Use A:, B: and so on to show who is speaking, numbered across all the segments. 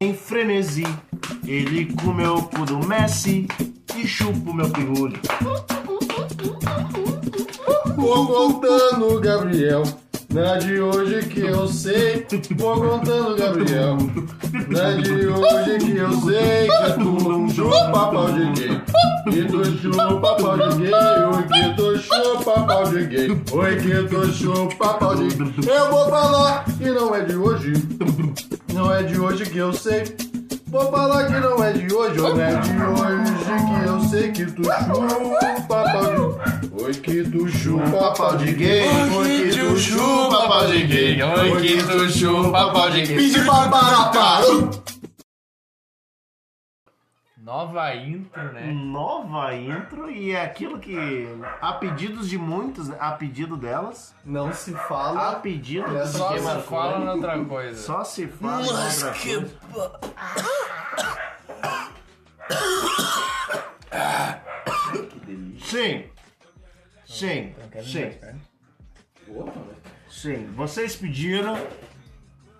A: em frenesi. Ele comeu o cu do Messi e chupa o meu pirulho.
B: Vou contando, Gabriel. Na de hoje que eu sei, vou contando, Gabriel. Na de hoje que eu sei, que tu não chupa pau de gay. Que tu chupa pau de gay, oi que tu chupa pau de gay. Oi que tu chupa pau de gay. Eu vou falar que não é de hoje, não é de hoje que eu sei. Vou falar que não é de hoje, não é de hoje que eu sei que tu chupa pau de gay. Oi que tu chupa pau de gay. Oi que tu chupa pau de gay. Oi que tu chupa pau de gay. Pedi Barbaracaru.
C: Nova intro,
A: Hum.
C: né?
A: Nova intro e é aquilo que a pedidos de muitos, né? a pedido delas,
B: Não se
A: a
B: fala.
A: pedido
B: É
A: do
B: só
C: Só
A: que
B: se
C: se
A: marcou.
C: fala na outra coisa.
A: Só se fala em outra coisa. Sim. Sim. Sim. Sim. Vocês pediram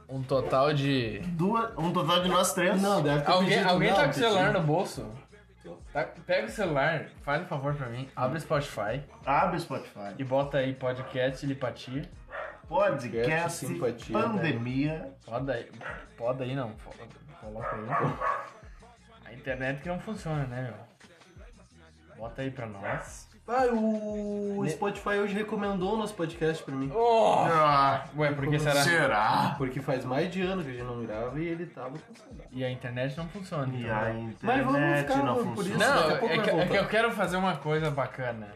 C: Um total de.
A: duas, um total de nós três.
B: Não, deve ter
C: Alguém,
B: pedido,
C: alguém
B: não,
C: tá com o
B: pedido.
C: celular no bolso? Tá- pega o celular, faz um favor pra mim, abre o Spotify
A: Abre o Spotify.
C: e bota aí podcast Lipatia.
A: Podcast,
B: simpatia, né?
A: pandemia.
C: Pode aí, pode aí não, fo- coloca aí. A internet que não funciona, né, meu? Bota aí pra nós.
B: Ah, o Spotify hoje recomendou o nosso podcast pra mim.
A: Ah,
C: Ué, por que será?
A: será?
B: Porque faz mais de ano que a gente não grava e ele tava com saudade.
C: E a internet não funciona.
A: E
C: então.
A: a
B: Mas vamos
A: internet
B: ficar
A: não
B: por
A: funciona.
B: isso,
C: Não,
B: Daqui a pouco vai
C: é que, é que eu
B: voltar.
C: quero fazer uma coisa bacana.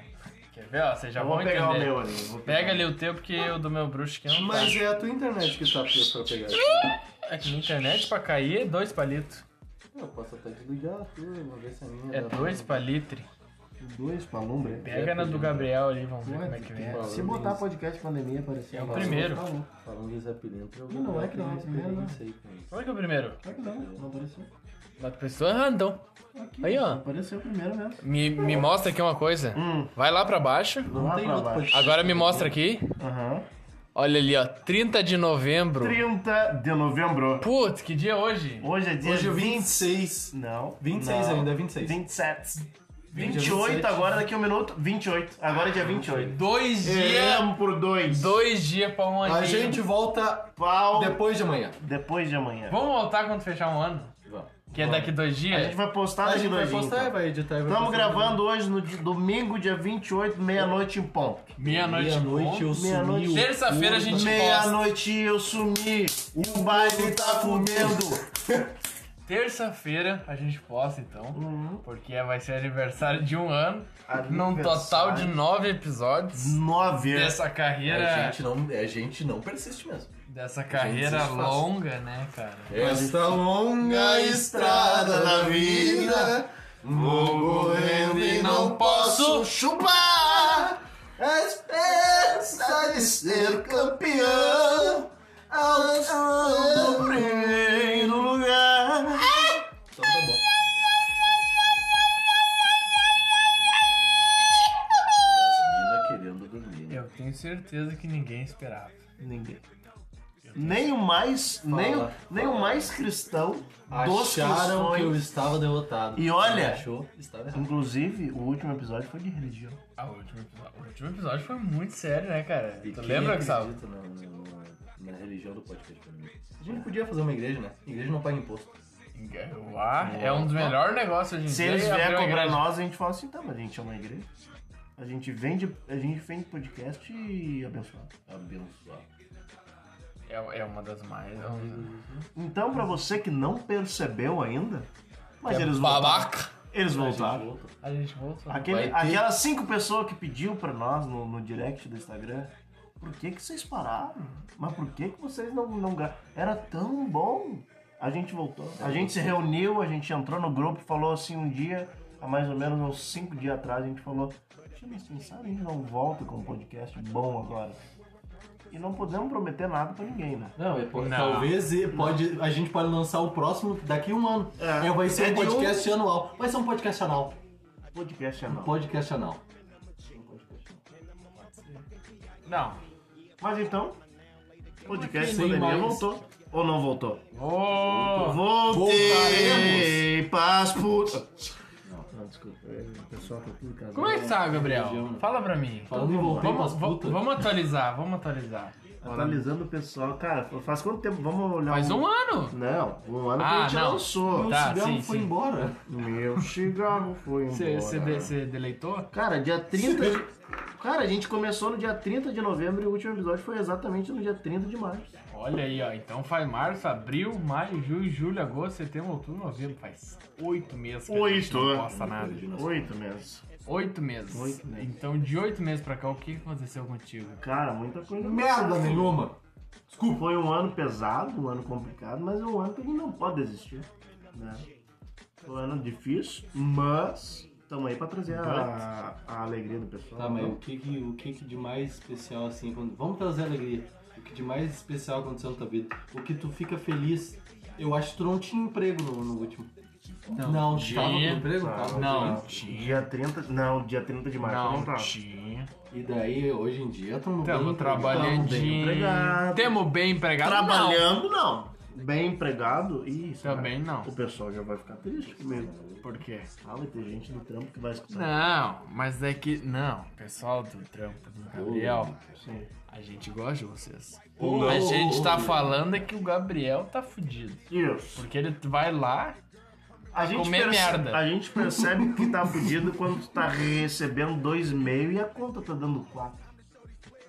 C: Quer ver? Ó, vocês já
A: eu vou
C: vão
A: pegar o
C: entender.
A: meu ali. vou pegar.
C: Pega ali o teu, porque o do meu bruxo que não
B: Mas
C: tá.
B: é a tua internet que tá presa pra pegar.
C: É que na internet pra cair é dois palitos.
B: Eu posso até desligar a tua, vou ver se a minha
C: É
B: dá pra-
C: dois palitre.
A: Dois pra lumbre.
B: É.
C: Pega na do Gabriel ali, vamos ver como é que vem.
B: Pô,
A: Se botar podcast pandemia aparecer.
C: É o
A: agora,
C: primeiro.
A: tá bom.
B: Falando de Zé Pilintra, eu
A: Não, não é que não, é primeiro, né?
B: sei com isso.
C: Qual é que é o primeiro?
A: É que não, não apareceu.
C: Da pessoa random.
A: Aqui,
C: Aí, ó.
A: Apareceu primeiro mesmo.
C: Me, me mostra aqui uma coisa.
A: Hum.
C: Vai lá pra baixo.
A: Não
B: Não tem outro podcast.
C: Agora me mostra aqui.
A: Aham.
C: Olha ali, ó. 30 de novembro.
A: 30 de novembro.
C: Putz, que dia é hoje?
A: Hoje é dia
B: Hoje é
A: 20.
B: 26.
A: Não.
B: 26
A: não.
B: ainda, é 26.
A: 27.
B: é
A: 28,
B: 27.
A: agora daqui a um minuto. 28. Agora é
B: Ah,
A: dia 28.
C: Dois
A: é.
C: dias.
A: Erramos por dois.
C: Dois dias pra um ano.
B: A gente volta
A: Pau
B: depois de amanhã.
A: depois de amanhã.
C: Vamos voltar quando fechar um ano?
B: Vamos.
C: Que é daqui dois
A: A
C: dias?
A: gente vai postar
B: A
A: daqui
B: gente vai
A: dois dias.
B: postar,
A: então.
B: vai editar. e vai
A: Estamos
B: postar.
A: gravando hoje no di- domingo, dia 28, meia-noite em ponto.
C: Meia-noite.
B: Meia-noite eu
A: Meia-noite. um.
B: sumi o
C: Terça-feira a
B: corpo.
C: gente posta.
A: Meia-noite eu sumi, o baile tá comendo.
C: Terça-feira a gente posta, então.
A: Uhum.
C: Porque vai ser aniversário de um ano. Num total de nove episódios.
A: Nove anos.
C: Dessa
B: É, A
C: carreira.
B: gente, não, a gente não persiste mesmo.
C: Dessa carreira
B: desfaz.
C: longa, né, cara?
B: Esta longa estrada da vida Vou correndo e não posso chupar A esperança de ser campeão Alcançando o
A: Primeiro lugar.
B: Então tá bom Menina querendo dormir né?
C: Eu tenho certeza que ninguém esperava.
A: Ninguém. Nem o mais, nem o,
B: Fala,
A: nem o mais cristão dos
B: Acharam que eu
A: cristões.
B: estava derrotado
A: E olha-
B: Achou, estava errado
A: Inclusive, o último episódio foi de religião.
C: Ah, o, último episódio, o último episódio foi muito sério, né, cara?
B: E
C: tu
B: quem
C: lembra,
B: acredita
C: Gustavo?
B: na, na, na religião do podcast pra mim? A gente podia fazer uma igreja, né? Igreja não paga imposto.
C: O ar é um dos melhores negócios hoje em
A: Se
C: dia.
A: eles
C: é abrir
A: vierem
C: uma
A: cobrar
C: igreja.
A: nós, a gente fala assim, tá, mas a gente é uma igreja. A gente vende, a gente vende podcast e abençoado.
B: Abençoado.
C: É, é uma das mais. é um-
A: Então, pra você que não percebeu ainda, mas
C: é
A: eles voltaram.
C: babaca.
A: Eles voltaram.
B: Volta.
C: A gente voltou.
A: Aquele,
B: Vai ter-
A: Aquelas cinco pessoas que pediu pra nós no, no direct do Instagram, por que que vocês pararam? Mas por que que vocês não... não gra- Era tão bom. A gente voltou. A gente se reuniu, a gente entrou no grupo, falou assim um dia, há mais ou menos uns cinco dias atrás, a gente falou, "Tia, mas quem sabe a gente não volta com um podcast bom agora. E não podemos prometer nada pra ninguém, né?
B: Não, é por-
C: Não.
B: talvez e- pode, a gente pode lançar o próximo daqui a um ano.
A: É.
B: É, vai ser
A: É
B: um
A: de um-
B: podcast anual. Vai ser um podcast anual.
A: Podcast é não.
B: Podcast anual.
C: Não.
A: Mas então, podcast
B: Sem
A: pandemia
B: mais.
A: voltou. Ou não voltou?
C: Ô!
A: Voltei!
B: Voltaremos.
A: Paz puta. Não, não, desculpa. O pessoal tá tudo casado.
C: Como é que tá,
B: Região,
C: Gabriel?
B: né?
C: Fala pra mim.
B: Falando em voltar
C: Vamos,
B: pras
C: va-
B: putas.
C: vamos atualizar, vamos atualizar.
A: Atualizando o pessoal. Cara, faz quanto tempo? Vamos olhar.
C: Faz um ano!
A: Não, um ano que
C: Ah,
A: a gente
C: não.
A: lançou.
C: Tá,
B: o cigarro
C: sim,
B: foi
C: sim.
B: embora.
A: Meu cigarro foi
C: Você
A: embora.
C: você de- você deleitou?
A: Cara, dia 30. de- Cara, a gente começou no dia 30 de novembro e o último episódio foi exatamente no dia 30 de março.
C: Olha aí, ó. Então faz março, abril, maio, junho, julho, agosto, setembro, outubro, novembro. Faz oito meses. Que A gente
A: Oito,
C: não
A: é.
C: posta nada.
A: Oito meses.
C: Oito meses.
A: Oito meses.
C: Então de oito meses pra cá, o que aconteceu contigo?
A: Cara, muita coisa.
B: Merda nenhuma. Desculpa.
A: Foi um ano pesado, um ano complicado, mas é um ano que a gente não pode desistir. Né? Foi um ano difícil, mas estamos aí pra trazer a, a alegria do pessoal.
B: Tá, mas o que, que, o que, que de mais especial assim quando. Vamos trazer alegria. O que de mais especial aconteceu na tua vida? O que tu fica feliz? Eu acho que tu não tinha emprego no, no último.
C: Não.
B: não tu tava com
C: Tinha.
B: emprego?
A: Não.
B: Tava.
C: Não.
A: Dia 30. Não, dia 30 de março eu não tá.
C: Não
A: tava.
C: tinha.
B: E daí, hoje em dia, tu não
C: Tamo
B: tem
C: trabalhando.
A: bem empregado.
C: Temos bem empregado. Não.
A: Trabalhando, não. Bem empregado, isso. né?
C: Também não.
A: O pessoal já vai ficar triste comigo.
C: Por quê?
A: Ah, vai ter gente do trampo que vai escutar.
C: Não, mas é que. Não, pessoal do trampo do Gabriel,
A: Sim.
C: a gente gosta de vocês.
B: Ou
C: a
B: não,
C: gente
B: ou
C: tá
B: não.
C: falando é que o Gabriel tá fudido.
A: Isso.
C: Porque ele vai lá.
A: A gente,
C: Comer
A: perce-
C: merda.
A: a gente percebe que tá fudido quando tu tá recebendo dois e meio e a conta tá dando quatro.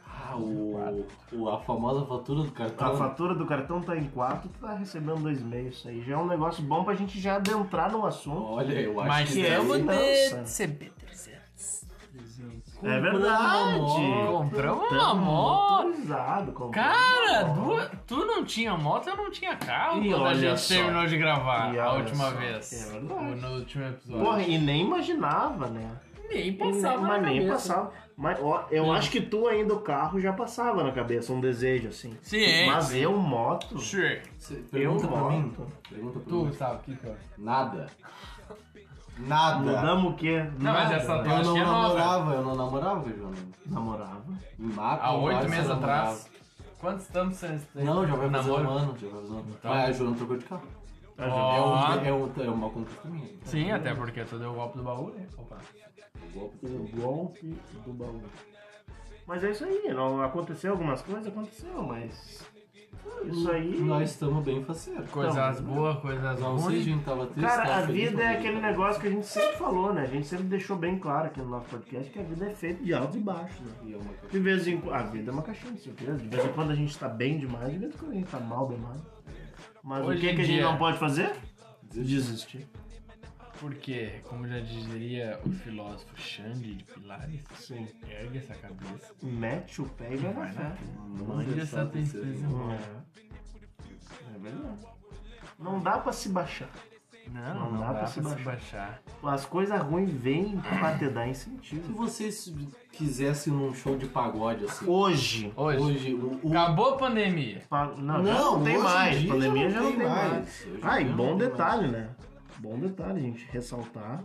B: Ah, o, o- a famosa fatura do cartão.
A: A
C: Então-
A: fatura do cartão tá em quatro, tu tá recebendo dois e meio. Isso aí já é um negócio bom pra gente já adentrar no assunto.
B: Olha, eu acho
C: Mas
B: que
A: é
B: daí-
A: uma-
C: temos
A: nossa.
C: de
A: é
C: CB300.
B: comprando uma
A: verdade.
B: moto.
C: Compramos
A: Tamo
C: uma moto.
A: motorizado, compramos
C: Cara,
A: uma moto.
C: duas- tu não tinha moto, eu não tinha carro
A: E
C: quando a
A: olha
C: gente
A: só.
C: terminou de gravar
A: E
C: a
A: olha
C: última
A: só.
C: vez.
A: É verdade.
C: no último episódio.
A: Porra, e nem imaginava, né?
C: nem
A: Mas
C: passava na
A: nem
C: cabeça.
A: passava. Mas ó, eu
C: Hum.
A: acho que tu ainda o carro já passava na cabeça, um desejo assim.
C: Sim.
A: Mas eu moto.
C: Sim.
B: Cê- Pergunta
A: Eu
B: pra mim.
A: boto.
B: Pergunta pra
C: Tu,
B: mim.
C: Gustavo, o que que eu...
B: Nada. Nada.
A: Mudamos o quê?
C: Não, mas essa eu
B: eu
C: acho
B: não
C: que é nova.
B: namorava, eu não namorava, João.
A: Namorava.
B: Em mato,
C: Há
B: eu
C: oito
B: acho,
C: meses
B: eu namorava.
C: atrás. Quantos estamos sem sem
B: Não, já vai fazer
C: namoro?
B: um ano, já vai fazer um ano.
C: Então.
B: Mas a Joana trocou de carro.
C: Ó.
B: É, um-
C: Ah.
B: é um- é uma conquista minha.
C: Sim, até porque tu deu o golpe do baú, né? Opa.
A: O golpe do baú. Mas é isso aí, não aconteceu algumas coisas, aconteceu, mas. Isso aí.
B: Nós estamos bem faceiros.
C: Coisas
A: Então,
C: boas, coisas
B: Não sei, a
C: ruins.
B: gente tava triste.
A: Cara,
C: né?
B: tava
A: a
B: feliz,
A: vida
B: mas-
A: é aquele negócio que a gente sempre falou, né? A gente sempre deixou bem claro aqui no nosso podcast que a vida é feita de altos e baixos, né?
B: E é uma coisa-
A: De vez em quando. A vida é uma caixinha de surpresa. De vez em quando a gente tá bem demais, de vez em quando a gente tá mal demais. Mas
C: Hoje
A: o que,
C: em
A: que a gente
C: dia-
A: não pode fazer? Desistir.
C: Porque, como já diria o filósofo Xande de Pilares,
A: Sim.
C: ergue essa cabeça.
A: Mete o pé e vai na fé.
C: Mande
B: deixar
C: essa
B: acontecer,
C: tristeza.
B: irmão.
A: É. É verdade. Não dá pra se baixar.
C: Não, não, dá, pra se baixar.
A: As coisas ruins vêm pra te dar
B: Se
A: incentivo.
B: vocês quisessem num show de pagode assim,
A: Hoje.
C: Hoje,
B: hoje um, o. o-
C: acabou a pandemia.
A: pa- Não, já não tem
B: hoje em
A: mais.
B: dia
A: Pandemia já não tem mais.
B: Hoje em
A: Ah, e
B: dia não
A: bom
B: tem mais.
A: detalhe, né? Bom detalhe, gente, ressaltar.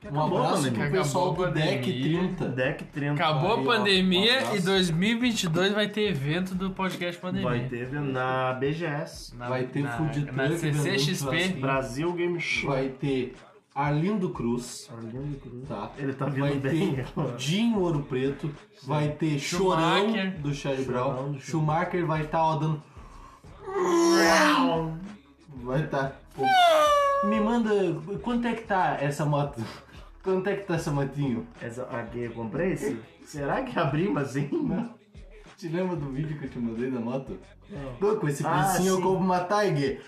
A: que
B: Um
A: acabou a
B: abraço
A: pandemia.
B: pro
C: Acabou
B: pessoal
C: a
B: do
C: pandemia.
B: Deck 30.
A: Deck 30.
B: Aí,
C: Acabou a
B: ó, um
C: pandemia
B: abraço.
C: e 2022 vai ter evento do podcast Pandemia.
A: Vai ter na BGS.
C: Na-
B: Vai ter
C: na,
B: food
C: na
B: truck
C: CCXP.
A: assim,
B: vendendo
A: Brasil Game Show.
B: Vai ter Arlindo Cruz,
A: Orlando Cruz.
B: tá?
A: Ele tá vindo
B: Vai
A: bem.
B: ter
A: agora.
B: Dinho Ouro Preto, vai ter Chorão
C: Schumacher.
B: do Charlie
A: Chorão
B: Brown.
A: do Charlie
B: Schumacher vai estar tá, ó, dando. Vai estar. Me manda. Quanto é que tá essa moto? Quanto é que tá essa motinho?
A: Essa, aqui eu comprei esse? Será que abrimos assim?
B: Te lembra do vídeo que eu te mandei da moto?
A: Não.
B: Pô, com esse
A: Ah,
B: precinho
A: sim.
B: eu compro uma Tiger.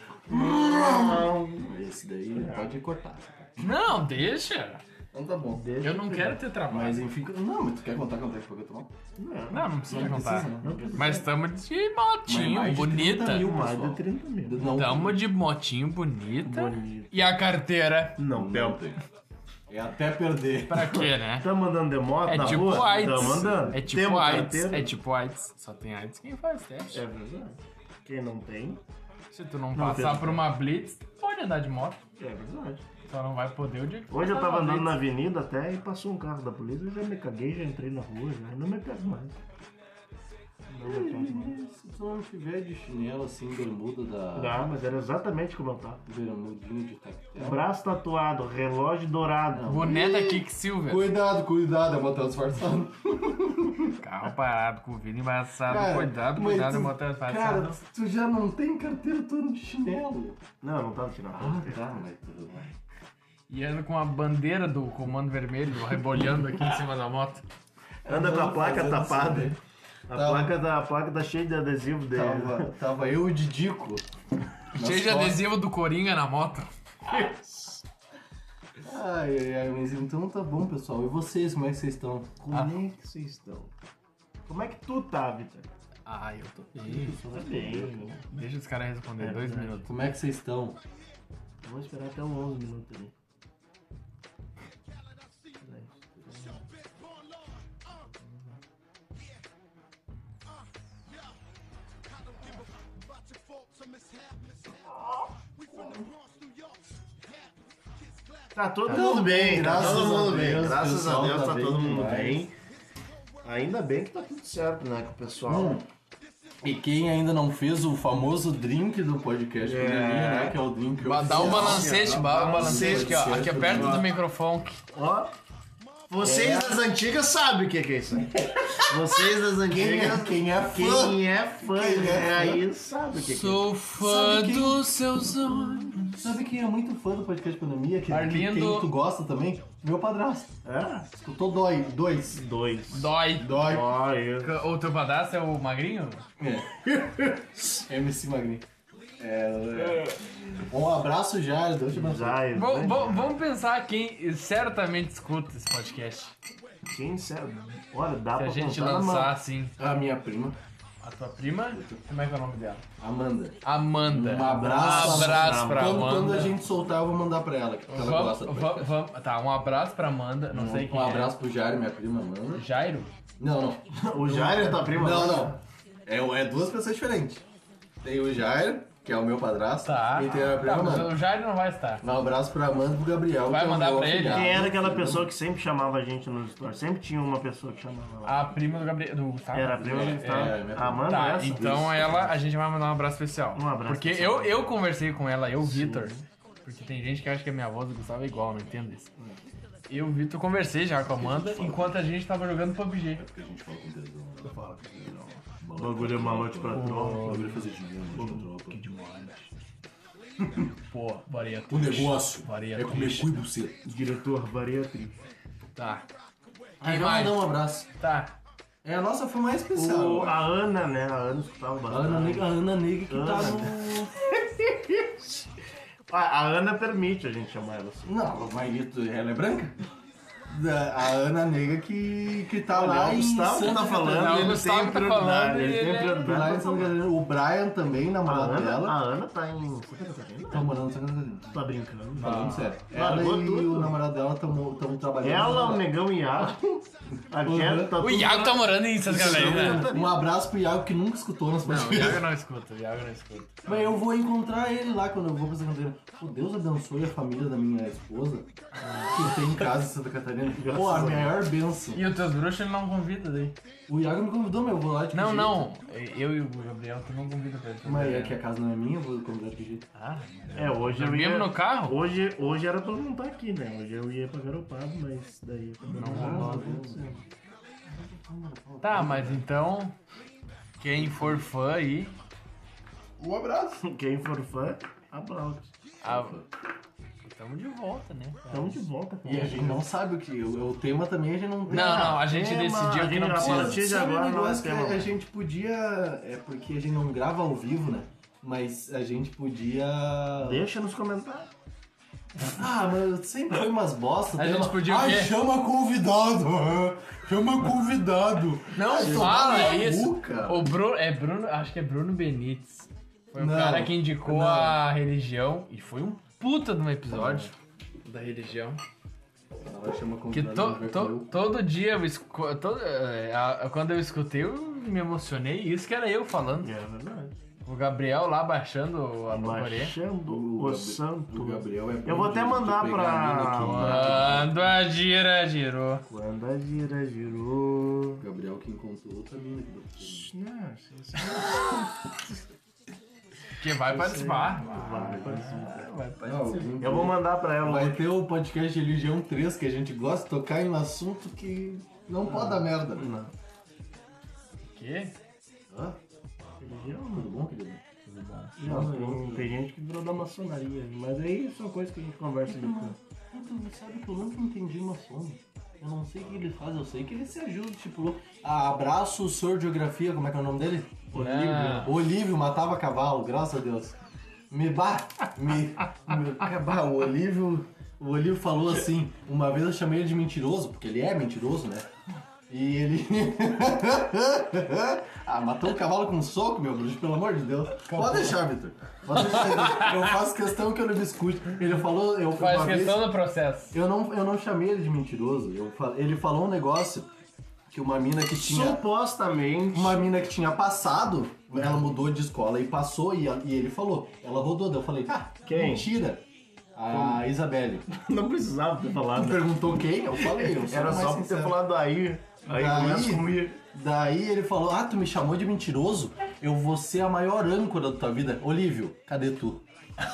A: Não.
B: Esse daí pode cortar.
C: Não, deixa.
B: Então tá bom.
A: Deixa
C: Eu não
A: pegar.
C: quero ter trabalho.
B: Mas enfim, não, mas tu quer contar quanto é que foi que eu tomo?
A: Não,
C: Não, não precisa contar.
B: não. né?
C: Mas estamos de
B: Mas
C: motinho
B: mais de
C: bonita.
B: 30 mil,
A: mais
B: pessoal.
A: de 30 mil.
B: Não,
C: Tamo de motinho bonita.
A: Bonito.
C: E a carteira?
A: Não,
B: não tem. É até perder.
C: Pra quê, né?
A: Tamo andando de moto
C: É
A: Tá na
C: tipo
A: rua? Tá
C: AIDS.
A: Tamo andando.
C: É tipo
A: Temos
C: AIDS.
A: carteira?
C: É tipo AIDS. Só tem AIDS quem faz teste.
A: É verdade. Quem não tem,
C: Se tu não,
A: Não
C: passar
A: tem.
C: por uma blitz, tu pode andar de moto.
A: é verdade.
C: Só não vai poder o dia que tu
A: Hoje eu
C: passar
A: tava
C: uma
A: andando na
C: blitz.
A: avenida até e passou um carro da polícia, eu já me caguei, já entrei na rua, já não me pego mais.
B: Se tu não tiver de chinelo assim, bermuda da.
A: Não, mas era exatamente como eu tava.
C: Tá.
B: Bermudinho de tactel.
A: Braço tatuado, relógio dourado.
C: Boné da Kicksilver.
D: Cuidado, cuidado, é motel disfarçado.
C: Carro parado, com o vidro embaçado.
D: Cara,
C: cuidado,
D: mas
C: cuidado,
D: tu-
C: motor
B: Cara,
C: disfarçado.
B: tu já não tem carteira todo de chinelo.
A: Não, eu não tava tirando.
B: Ah, tá, mas tudo bem.
C: E ando com a bandeira do comando vermelho rebolhando aqui em cima da moto.
A: Anda com a placa
D: fazendo
A: tapada.
B: assim,
D: isso
C: né?
A: A
D: Tava.
A: placa, tá, a placa tá cheia de adesivo dele.
B: né? Tava, tava eu e o Didico. nas
C: Cheio de
B: fotos.
C: adesivo do Coringa na moto.
B: Ai, ai, ai, mas então tá bom, pessoal. E vocês, como é que vocês estão?
A: Como é que vocês estão? Como é que tu tá, Vitor?
C: Ah, eu tô bem.
A: Tá bem.
C: Deixa os caras responder
A: É
C: dois
A: verdade.
C: minutos.
B: Como é que vocês estão?
A: Vamos esperar até o 11 minutos ali. Tá todo mundo bem, tá
B: Graças
A: todo mundo
B: a
A: bem.
B: Deus,
A: graças a
B: pessoal,
A: Deus
B: tá
A: tá
B: bem
A: todo mundo
B: demais.
A: bem. Ainda bem que tá tudo certo, né, com o pessoal.
B: Hum. E quem ainda não fez o famoso drink do podcast
A: É.
B: por ali, né? Que é o drink
C: Ba- Dá um
B: oficial.
C: balancete, ba- um balancete aqui, ó.
B: Balancete,
C: Aqui é perto
B: ó.
C: do microfone.
A: Ó, vocês das antigas sabem o que que é isso aí. Vocês das
B: Quem
A: antigas.
B: é, quem é
A: Quem
B: fã?
A: é fã,
B: Quem é
A: né,
B: fã?
A: aí sabe o que que é.
C: Sou fã
B: Sabe quem-
C: dos seus olhos.
B: Sabe quem é muito fã do podcast Pandemia? Que
C: Arlindo.
B: quem tu gosta também? Meu padrasto.
A: Ah,
B: Escutou dói, dois.
A: dois.
C: Dói.
B: Dói.
A: Olha.
C: O teu padrasto é o magrinho?
B: É. MC Magni. É, é. Um abraço já, Deus te abençoe.
A: Já, é
C: Vamos-
A: grande.
C: Vamos vamos pensar quem certamente escuta esse podcast.
A: Quem sabe? Olha, dá
B: Tá
C: Se
A: pra
C: a gente
A: contar na mão.
C: lançar assim.
B: A minha prima,
C: A tua prima? Como é que é o nome dela?
B: Amanda.
C: Amanda.
B: Um abraço,
C: abraço pra
B: quando,
C: Amanda.
B: quando a gente soltar, eu vou mandar pra ela, que ela
C: Vamos,
B: gosta. do podcast.
C: vamos, vamos- tá, um abraço pra Amanda. Não sei quem
B: Um abraço pro Jairo, minha prima,
C: é.
B: mano.
C: Jairo?
B: Não, não.
A: O Jair é tua prima?
B: Não, não. É, é duas pessoas diferentes. Tem o Jairo, que é o meu padrasto,
C: Tá.
B: e tem a minha prima,
C: Tá, mas
B: mano.
C: o Jairo não vai estar.
B: Um abraço pra Amanda e pro Gabriel.
C: Vai
B: que é o
C: mandar
B: meu
C: pra ele?
B: afilhado.
A: Quem era aquela pessoa que sempre chamava a gente nos stories? Sempre tinha uma pessoa que chamava lá.
C: A prima do Gabriel. Do Gustavo.
A: Era a prima
B: é,
A: que estava.
B: é, minha
A: a Amanda
C: Ah, Tá,
A: essa?
C: então ela, a gente vai mandar um abraço especial.
A: Um abraço
C: Porque
A: especial.
C: eu, eu conversei com ela, eu, Vitor. Porque tem gente que acha que a minha voz do Gustavo é igual, não entendo isso. Eu, Vitor, conversei já com a Amanda enquanto a gente tava jogando PUBG.
B: Porque a gente fala com tesão. né?
A: O bagulho é malote pra
B: O
A: tropa.
B: bagulho é fazer dinheiro, mano, de tropa.
C: Pô, varia
B: O negócio
C: Varia
B: é comer cu e buceta.
A: Diretor Variatriz.
C: Tá.
B: Aí
C: Quem
B: vai
C: mais?
B: mandar um abraço.
C: Tá.
B: É a nossa fã mais especial.
A: O-
B: eu acho.
A: A Ana, né? A Ana escutava
B: A
A: bastante.
B: Ana Negra, a Ana Negra que tá
A: Ana.
B: no...
A: A, a Ana permite a gente chamar ela assim.
B: Não, mas isso- ela é branca? Da- A Ana Negra que, que tá
A: Olha,
B: lá
A: o
B: em
A: Gustavo
B: Santa
A: tá um falando, né?
C: Não, o
A: ele
C: Gustavo
A: tem
C: tá
A: prioridade,
C: falando,
A: ele tem
C: ele é-
A: prioridade.
B: Lá em Santa Catarina. O Brian também,
A: A
B: namorado
A: Ana,
B: dela,
A: a Ana tá em Santa Catarina?
B: tá morando em Santa Catarina.
A: Tá brincando?
B: Falando sério. Ela
A: Largou
B: e
A: tudo.
B: o namorado dela estão trabalhando.
A: Ela, é um o Negão e a A Jet tá
C: O
A: tudo-
C: Iago tá morando em Santa Catarina.
B: Um abraço pro Iago que nunca escutou nosso
C: Não, o
B: podcast.
C: Iago não escuta, o Iago não escuta.
B: Mas eu vou encontrar ele lá quando eu vou pra Santa Catarina. Pô, Deus abençoe a família da minha esposa que tem em casa em Santa Catarina. Pô, a maior benção.
C: E os teus bruxos ele não convida daí.
B: O Iago me convidou, mas eu vou lá de que
C: Não,
B: jeito?
C: não. Eu e o Gabriel, tu não convida pra ele.
B: Mas é que a casa não é minha, eu vou convidar de que jeito.
C: Ah,
A: É, hoje eu ia...
C: dormimos no carro?
A: Hoje, hoje era pra eu não estar aqui, né? Hoje eu ia pra Garopaba, mas daí... Não,
C: rolou. Tá, mas então. Quem for fã aí.
B: Um abraço.
A: Quem for fã, aplaude.
C: ah, Tamo de volta, né?
A: Estamos de volta. cara.
B: E a gente não sabe o que. O, o tema também a gente não tem.
C: Não, não, a gente
A: Tema, a
C: decidiu que
A: gente
C: não
A: já
C: precisa.
A: falou- partir de
B: Sabe
A: agora
B: um
A: não é
B: negócio que
A: tema,
B: a, a
A: mano.
B: gente podia. É porque a gente não grava ao vivo, né? Mas a gente podia.
A: Deixa nos comentários.
B: Ah, mas sempre foi umas bosta.
C: A
B: tem
C: gente
B: uma-
C: podia o
B: Ah,
C: quê?
B: chama convidado. ah, Chama convidado.
C: Não
B: Chama
C: fala é
B: maluco,
C: isso.
B: cara.
C: O Bruno, é Bruno, acho que é Bruno Benites. Foi o
B: Não,
C: cara que indicou
B: não.
C: a religião e foi um puta de um episódio da religião.
B: Ela chama
C: Que
B: convidado.
C: to-
B: não vai
C: to-
B: comer o cu.
C: todo dia eu escu- todo- é, a- quando eu escutei eu me emocionei. Isso que era eu falando.
A: É verdade.
C: O O Gabriel lá baixando a Nocorê.
A: Baixando o
D: Gabri-
A: santo.
D: O Gabriel é bom
A: Eu vou até
D: de- de
A: mandar
D: pegar
A: pra-
D: mina que-
C: Quando a gira girou.
A: Quando a gira girou.
D: O Gabriel que encontrou outra mina que deu
A: Não, sim, sim.
C: Que vai participar.
A: Vai, vai.
C: Vai
D: pra
C: participar.
D: mim.
A: Eu vou mandar pra ela.
B: Vai ter o podcast Religião 3 que a gente gosta de tocar em um assunto que não pode dar merda.
A: Não.
C: Que?
D: Hã?
A: Religião,
D: Tudo
A: mano.
D: bom, querido?
A: Não, tem, tem gente que virou da maçonaria, mas aí são coisas que a gente conversa depois.
B: Então, sabe que eu nunca entendi maçom. Eu não sei o que ele faz, eu sei que ele se ajuda, tipo, ah, abraço o senhor de geografia, como é que é o nome dele? É.
C: Olívio.
B: Olívio matava cavalo, graças a Deus. Me bah, me, me é, bah, o Olívio, o Olívio falou assim, uma vez eu chamei ele de mentiroso, porque ele é mentiroso, né? E ele. ah, matou o cavalo com um soco, meu bruxo, pelo amor de Deus. Pode deixar, Vitor. Pode deixar. Eu faço questão que eu não me escute. Ele falou, eu
C: Faz
B: uma vez-
C: questão do processo.
B: eu não, eu não chamei ele de mentiroso. Eu fa- ele falou um negócio que uma mina que tinha.
A: Supostamente.
B: Uma mina que tinha passado, ela mudou de escola e passou, e, a- e ele falou, ela rodou. Daí eu falei, ah,
A: Quem?
B: mentira. A Isabelle.
A: Não precisava ter
B: Ela
A: falado.
B: perguntou quem? Eu falei, eu sou
A: Era
B: mais
A: só pra ter
B: sincero.
A: falado aí. Aí
B: Daí-
A: começa com ir.
B: Daí ele falou, ah, tu me chamou de mentiroso? Eu vou ser a maior âncora da tua vida. Olívio, cadê tu?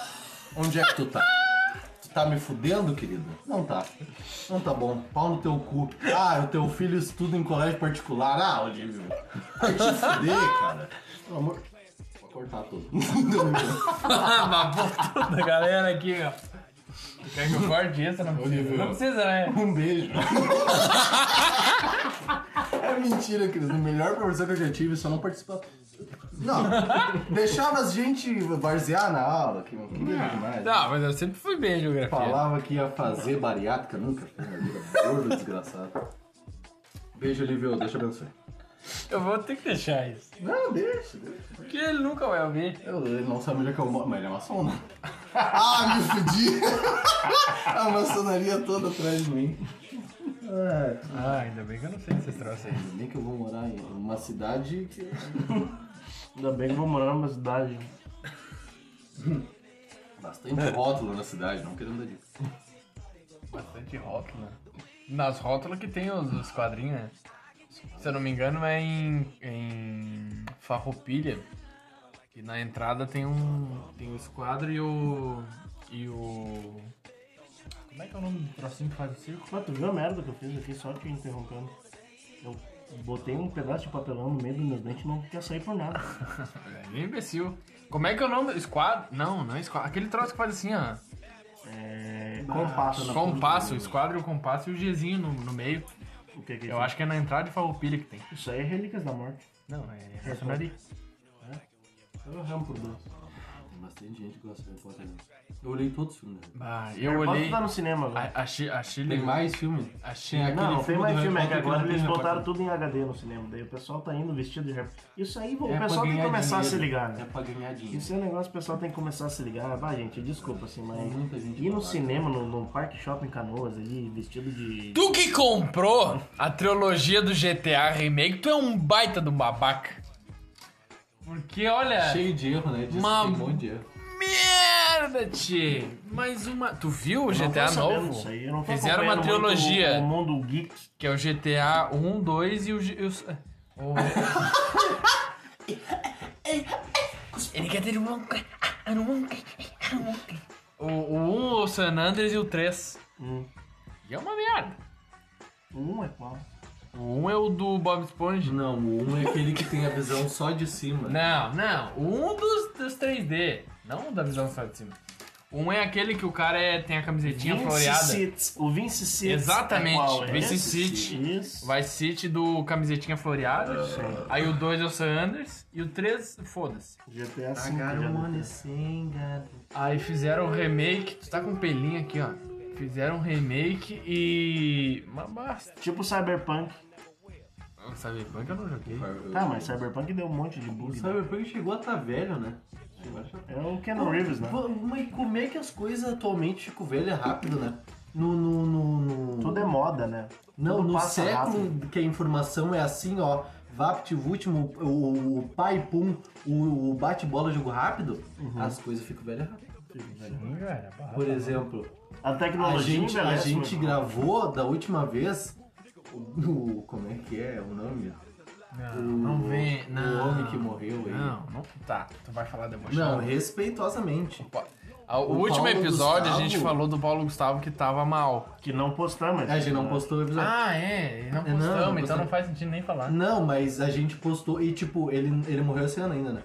B: Onde é que tu tá? Tu tá me fudendo, querido? Não tá. Não tá bom. Pau no teu cu. Ah, o teu filho estuda em colégio particular. Ah, Olívio. Vai te fuder, cara. Pelo amor... Vou cortar tudo.
C: Ah, Uma boa da galera aqui, ó. Tu Quer que eu corte isso? Não precisa.
B: Olívio.
C: Não precisa, né?
B: Um beijo. É mentira, Cris. O melhor professor que eu já tive é só não participava. Não, deixava a gente barzear na aula, que não queria demais.
C: Não, mas eu sempre fui bem em geografia.
B: Falava que ia fazer bariátrica, nunca fez na vida. Gordo desgraçado. Beijo, Olivio, deixa eu abençoar.
C: Eu vou ter que deixar isso.
B: Não, deixa, deixa.
C: Porque ele nunca vai ouvir.
B: Eu, ele não sabe onde é que eu moro, mas ele é maçom, né? Ah, me fudi! a maçonaria toda atrás de mim. Ai.
C: Ah, ainda bem que eu não sei esses troços aí.
B: Ainda bem que eu vou morar em uma cidade que.
A: Ainda bem que eu vou morar numa cidade.
B: Bastante rótulo na cidade, não querendo dar dica.
C: Bastante né? rótula. Nas rótulas que tem os, os quadrinhos, né? Se eu não me engano, é em, em Farroupilha. Que na entrada tem um. Tem o esquadro e o. E o. Como é que é o nome do trocinho que faz o circo?
A: Mas tu viu a merda que eu fiz aqui, só te interrompendo. Eu botei um pedaço de papelão no meio dos meus dentes e não quer sair por nada.
C: É imbecil. Como é que é o nome? do- Esquadro? Não, não é esquadro. Aquele troço que faz assim, ó.
A: É. Compasso.
C: Compasso, esquadro, o compasso e o Gzinho no, no meio.
A: O que que é
C: Eu acho que é na entrada de Farroupilha que tem.
A: isso? Isso aí é Relíquias da Morte.
C: Não, é Racionari.
A: Eu ramo por Deus.
B: Tem bastante gente que gosta de Harry Potter. né? Eu olhei todos os filmes. né?
C: Ah, eu
A: Posso
C: olhei.
A: estar no cinema agora.
C: A, a, Chi- a Chile.
B: Tem mais filme?
C: Achei
B: Tem
A: Não, não tem
B: filme
A: mais
B: do
A: filme, é
B: Harry
A: que
B: Potter que
A: agora
B: não
A: eles
B: tem na
A: botaram
B: placa.
A: tudo em HD no cinema, daí o pessoal tá indo vestido de Harry Potter. Isso aí, o
B: É pra
A: pessoal tem que
B: ganhar
A: começar a se
B: dinheiro.
A: ligar,
B: É
A: né?
B: pra ganhar dinheiro.
A: Isso é um negócio que o pessoal tem que começar a se ligar. Vai, gente, desculpa, assim, mas...
B: Muita gente
A: Ir no
B: babaca.
A: cinema, no, no parque shopping Canoas ali, vestido de...
C: Tu que comprou a trilogia do GTA Remake, tu é um baita do babaca. Porque, olha,
B: Cheio de erro, né? Diz
C: Uma-
B: que tem um monte de erro.
C: merda, tchê. Mais uma... Tu viu o
A: Eu não tô
C: GTA
A: sabendo
C: novo?
A: disso aí, eu não tô
C: Fizeram uma
A: acompanhando muito
C: trilogia.
A: O, o mundo geek.
C: Que é o GTA 1, 2 um, e o... G- e os- o- Ele quer ter um... Ah, O 1, o San Andreas e o 3.
A: Hum.
C: E é uma merda.
A: Um é qual?
C: O 1 é o do Bob Esponja.
B: Não, o um é aquele que tem a visão só de cima.
C: Não, não. Um dos, dos 3D. Não da visão só de cima. Um é aquele que o cara é- tem a camisetinha floreada.
A: Seats. O Vince Seats.
C: Exatamente,
A: É qual? É
C: Vince
A: esse?
C: City.
A: Isso.
C: Vice City do camisetinha floreada. Aí o 2 é o Sanders. E o 3, foda-se.
A: GTA
B: Ah,
A: V. já deu tempo.
B: Agarone
C: Aí fizeram o remake. Tu tá com um pelinho aqui, ó. Fizeram um remake e. Mas basta.
A: Tipo Cyberpunk.
C: Sabe, punk eu não joguei.
A: Tá, mas Cyberpunk deu um monte de
B: O
A: bug. né?
B: Cyberpunk chegou a tá velho, né? Agora já
A: É o Keanu Reeves, né?
B: Va- Mas como é que as coisas atualmente ficam velhas rápido, né? No. no, no, no-
A: Tudo é moda, né?
B: Não,
A: tudo
B: no
A: passa
B: século
A: rápido.
B: que a informação é assim, ó. VaptVult, o, o, o Pai Pum, o, o bate-bola jogo rápido,
A: Uhum.
B: as coisas ficam velhas rápido.
C: Sim, cara, assim, é barra.
B: Por exemplo,
A: A
B: a
A: tecnologia
B: gente, a
A: envelhece
B: gente
A: muito.
B: gravou da última vez o, o- Como é que é o nome?
C: Não, não vem.
B: o
C: Não.
B: homem que morreu aí.
C: Não, não. Tá, tu vai falar depois. Tá. ah,
B: Não, respeitosamente.
C: O,
B: o
C: último
B: Paulo
C: episódio a
B: Gustavo-
C: gente falou do Paulo Gustavo que tava mal.
A: Que não né? postamos.
B: É, A gente não postou o episódio.
C: Ah, é?
B: É,
C: e Não
B: não,
C: postamos,
B: não
C: então
B: postamos.
C: não faz sentido nem
A: Ah.
C: falar.
B: Não, mas a gente postou e tipo, ele, ele morreu esse ano ainda, né?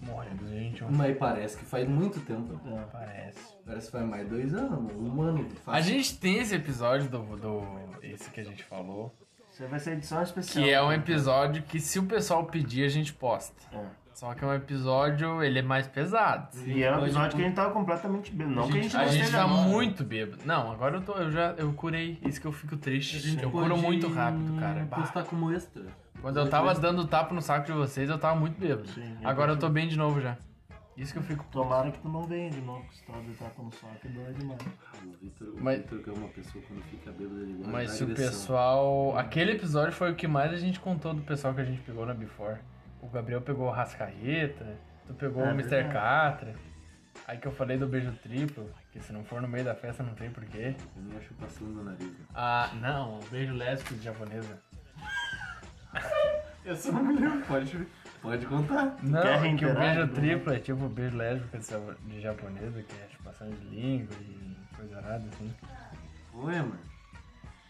C: Morre, gente, um
B: Mas parece que faz muito tempo. né?
A: É.
C: parece.
B: Parece que faz mais dois anos, um ano.
C: A
B: fácil.
C: gente tem esse episódio do, do. Esse que a gente falou.
A: Você vai ser edição especial. né?
C: Que é um episódio que se o pessoal pedir, a gente posta.
A: É.
C: Só que é um episódio, ele é mais pesado.
A: E é um episódio que a gente tava completamente bêbado. Não que a gente né?
C: A
A: não
C: gente
A: esteja
C: tá
A: mal.
C: muito bêbado. Não, agora eu tô. Eu já eu curei. Isso que eu fico triste. eu curo
B: Pode
C: muito rápido, cara. Bah.
B: Postar como extra.
C: Quando eu tava dando tapa no saco de vocês, eu tava muito bêbado.
A: Sim, eu
C: agora eu tô bem de novo já. Isso que eu fico.
A: Tomara que tu não venha de novo, que se tu tá com soco, dói demais.
B: O Vitor, o
C: Mas-
B: Vitor que é uma pessoa quando fica bêbado, ele guarda
C: Mas se o
B: agressão.
C: pessoal. Aquele episódio foi o que mais a gente contou do pessoal que a gente pegou na Before. O Gabriel pegou o Rascarreta, tu pegou
A: É
C: o Mr.
A: verdade.
C: Catra. Aí que eu falei do beijo triplo, que se não for no meio da festa não tem porquê.
B: Eu não acho passando no nariz. né?
C: Ah, não, o beijo lésbico de japonesa.
B: Eu É só não me lembro, pode, pode contar.
C: Não,
A: quer
C: é que o
A: reiterar,
C: beijo
A: né?
C: triplo é tipo o beijo lésbico de jap- de japonesa, que é chupação de língua e coisa errada, assim.
B: Ué, mano.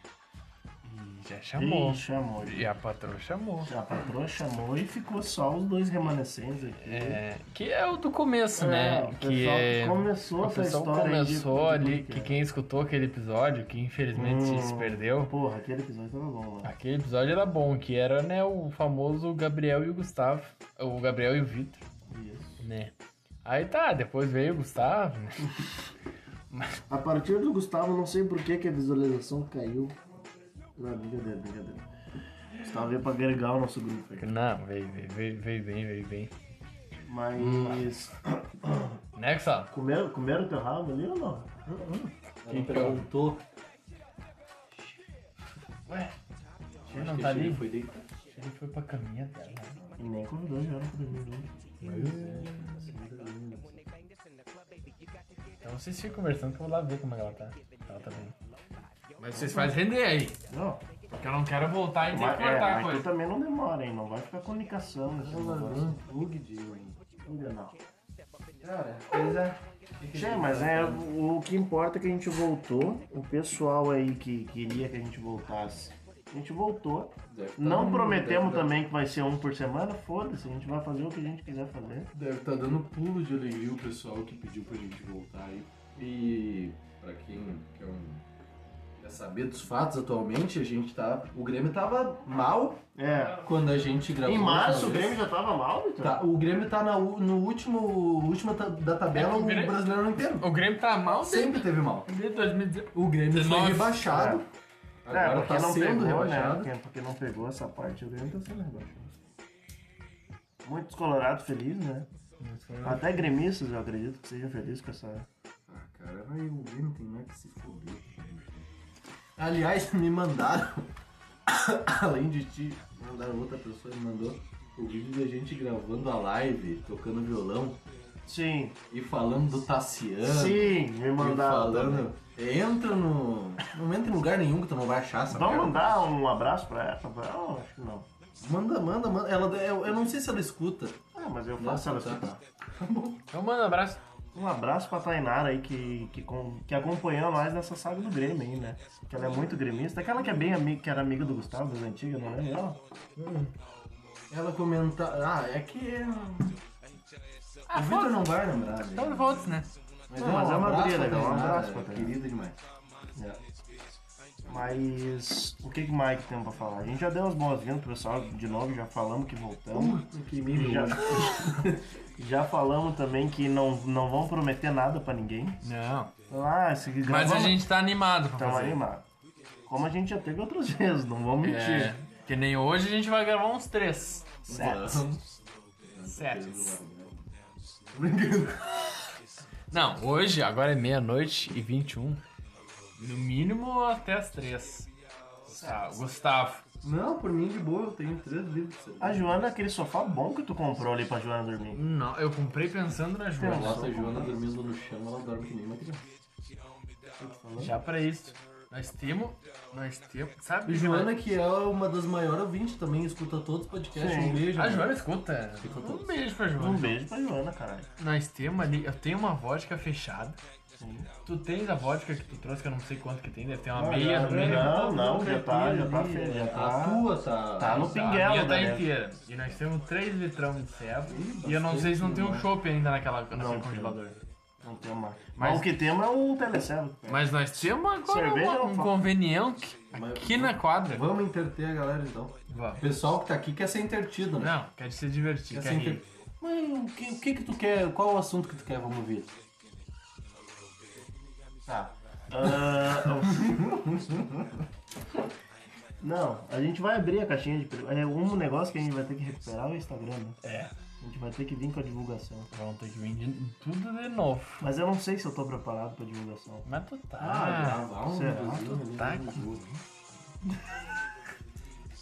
C: E já chamou.
A: Ih, chamou.
C: E a patroa chamou.
A: A patroa chamou e ficou só os dois remanescentes aqui.
C: É, que é o do começo,
A: Hum? É,
C: né?
A: o
C: Que
A: pessoal
C: é.
A: começou
C: O
A: essa
C: pessoal
A: história aí de-
C: começou
A: de
C: ali,
A: podcast.
C: que quem escutou aquele episódio, que infelizmente
A: Hum.
C: se perdeu,
A: Porra, aquele episódio tava bom lá.
C: aquele episódio era bom, que era né, o famoso Gabriel e o Gustavo, o Gabriel e o Vitor,
A: Isso.
C: né? Aí tá, depois veio o Gustavo, né?
A: A partir do Gustavo, não sei por que que a visualização caiu. Não, brincadeira, brincadeira. Gustavo veio pra agregar o nosso grupo aí.
C: Não, veio, veio, veio, veio bem, veio bem.
A: Mas.
C: Né, Gustavo?
A: Comeram, comeram teu rabo ali ou não? Hum,
B: Ele perguntou.
C: Ué, ele
B: acho
C: não
B: que
C: tá
B: ele
C: ali?
B: Foi deitar.
C: Ele foi pra caminha dela.
A: hum. E nem convidou, já era pra dormir junto.
C: Então vocês ficam conversando que eu vou lá ver como é que ela tá. Ela tá bem. Mas vocês fazem render aí,
A: Não,
C: porque eu não quero voltar e ter
A: mas,
C: que cortar a
A: é, mas tu
C: coisa.
A: também não demora, hein? Não vai ficar com ligação. Esse negócio.
B: Bug de mim.
A: Não, não.
B: Cara, é. coisa.
A: Che, mas é, o que importa é que a gente voltou. O pessoal aí que queria que a gente voltasse, a gente voltou.
B: Deve tá
A: Não
B: dando-
A: prometemos
B: deve tá-
A: também que vai ser um por semana, foda-se, a gente vai fazer o que a gente quiser fazer.
B: Deve estar dando pulo de alegria o pessoal que pediu pra gente voltar aí. E pra quem quer, um- quer saber dos fatos atualmente, a gente tá. O Grêmio tava mal
A: É.
B: quando a gente gravou.
A: Em
B: a última
A: março o
B: vez.
A: Grêmio já tava mal, Vitor?
B: Tá, o Grêmio tá na u- no último, último ta- da tabela
C: É, o
B: o,
C: Grêmio-
B: brasileiro inteiro.
C: O Grêmio tá mal
B: Sempre teve mal.
C: desde 2019.
B: O Grêmio foi
C: 19.
B: rebaixado.
A: É,
B: Agora
A: porque
B: tá
A: não
B: sendo
A: pegou,
B: rebaixado.
A: né? Porque- Porque não pegou essa parte, o Grêmio tá sendo rebaixado. Muitos colorados felizes, né? Até gremistas, eu acredito que sejam felizes com essa.
B: Ah, cara, vai, o Grêmio tem mais que se foder. Aliás, me mandaram, além de ti, mandaram outra pessoa me mandou o vídeo da gente gravando a live, tocando violão
A: Sim,
B: e falando do Tassiano.
A: sim, me
B: Ah, e
A: mandaram. também.
B: falando. é, Entra no. Não entra em lugar nenhum que tu não vai achar essa
A: Vamos
B: merda.
A: mandar um abraço pra ela? Pra ela? Acho que não.
B: Manda, manda, manda. Ela, eu, eu não sei se ela escuta.
A: Ah, mas eu
B: Nossa,
A: faço ela
B: tá.
A: escutar.
C: Então manda um abraço.
A: Um abraço pra Tainara aí, que, que, com- que acompanhou nós nessa saga do Grêmio aí, né? Que ela é muito gremista. Aquela que é bem amiga, que era amiga do Gustavo, das antigas, não é? Ela?
B: Ela comenta. Ah, é que.
C: Ah,
B: o Vitor não vai lembrar. né?
C: Então volta, né?
B: Mas,
A: Não, mas é uma
B: abraço
A: guria
B: pra né,
A: legal, um
B: Tainara,
A: abraço pra Tainara.
B: Querida demais.
A: É. Mas o que, que mais que tem pra falar? A gente já deu as boas-vindas pro pessoal de novo, já falamos que voltamos.
B: Que milho.
A: Já, já falamos também que não, não vão prometer nada pra ninguém.
C: Não.
A: Ah, se
C: Mas a
A: gravamos-
C: gente tá animado pra
A: Tamo
C: fazer.
A: animado. Como a gente já teve outras vezes, não vamos mentir.
C: É, que nem hoje a gente vai gravar uns três.
B: Vamos.
C: Certo.
B: Tô brincando.
C: Não, hoje, agora é meia-noite e 21. No mínimo até as três. Gustavo. Gustavo.
B: Não, por mim de boa, eu tenho três livros.
A: A Joana, aquele sofá bom que tu comprou ali pra Joana dormir.
C: Não, eu comprei pensando na Joana.
B: Nossa, tá a Joana dormindo no chão, ela dorme que nem uma criança.
C: Já pra isso. Nós temos. Nós temos. Sabe?
B: E Joana, que é uma das maiores ouvintes também, escuta todos os podcasts.
A: Sim.
B: Um beijo.
C: A Joana escuta. Um beijo pra Joana.
A: Um beijo pra Joana, caralho.
C: Nós temos ali. Eu tenho uma vodka fechada.
A: Sim.
C: Tu tens a vodka que tu trouxe, que eu não sei quanto que tem, deve ter uma
A: Ah,
C: meia
A: já-
C: no meio.
A: Não, não,
C: né?
A: já tá, já tá,
B: feia.
A: feio, já
B: A
A: tá.
B: tua tá.
A: Tá no
C: A minha
A: pinguelo,
C: tá
A: né?
C: inteira. E nós temos 3 litrão de ceva.
B: Ih,
C: E eu não sei se não
B: bastante,
C: tem um
B: né?
C: chopp ainda naquela, naquele
A: tem.
C: congelador.
A: Não tem mais.
C: Mas-
A: Mas o que temos é um telecelo.
C: Mas nós temos agora
A: Cerveja
C: uma-
A: não
C: um
A: falta.
C: conveniente aqui na quadra.
B: Vamos interter a galera então. O
C: Vamos.
B: pessoal que tá aqui quer ser entretido, né?
C: Não, quer se divertir,
B: Quer
C: quer
B: ser
C: rir.
B: entretido. Mas o que, o que que tu quer? Qual o assunto que tu quer? Vamos ouvir.
A: Tá. Ah, não, a gente vai abrir a caixinha de perguntas. É um negócio que a gente vai ter que recuperar o Instagram, né?
C: É,
A: A gente vai ter que vir com a divulgação.
C: vamos ter que vender tudo de novo.
A: Mas eu não sei se eu tô preparado pra divulgação.
C: Mas tu tá.
B: gravar um
A: Ah, é. será?
B: videozinho ali,
C: Tá
B: um
C: com-
B: jogo.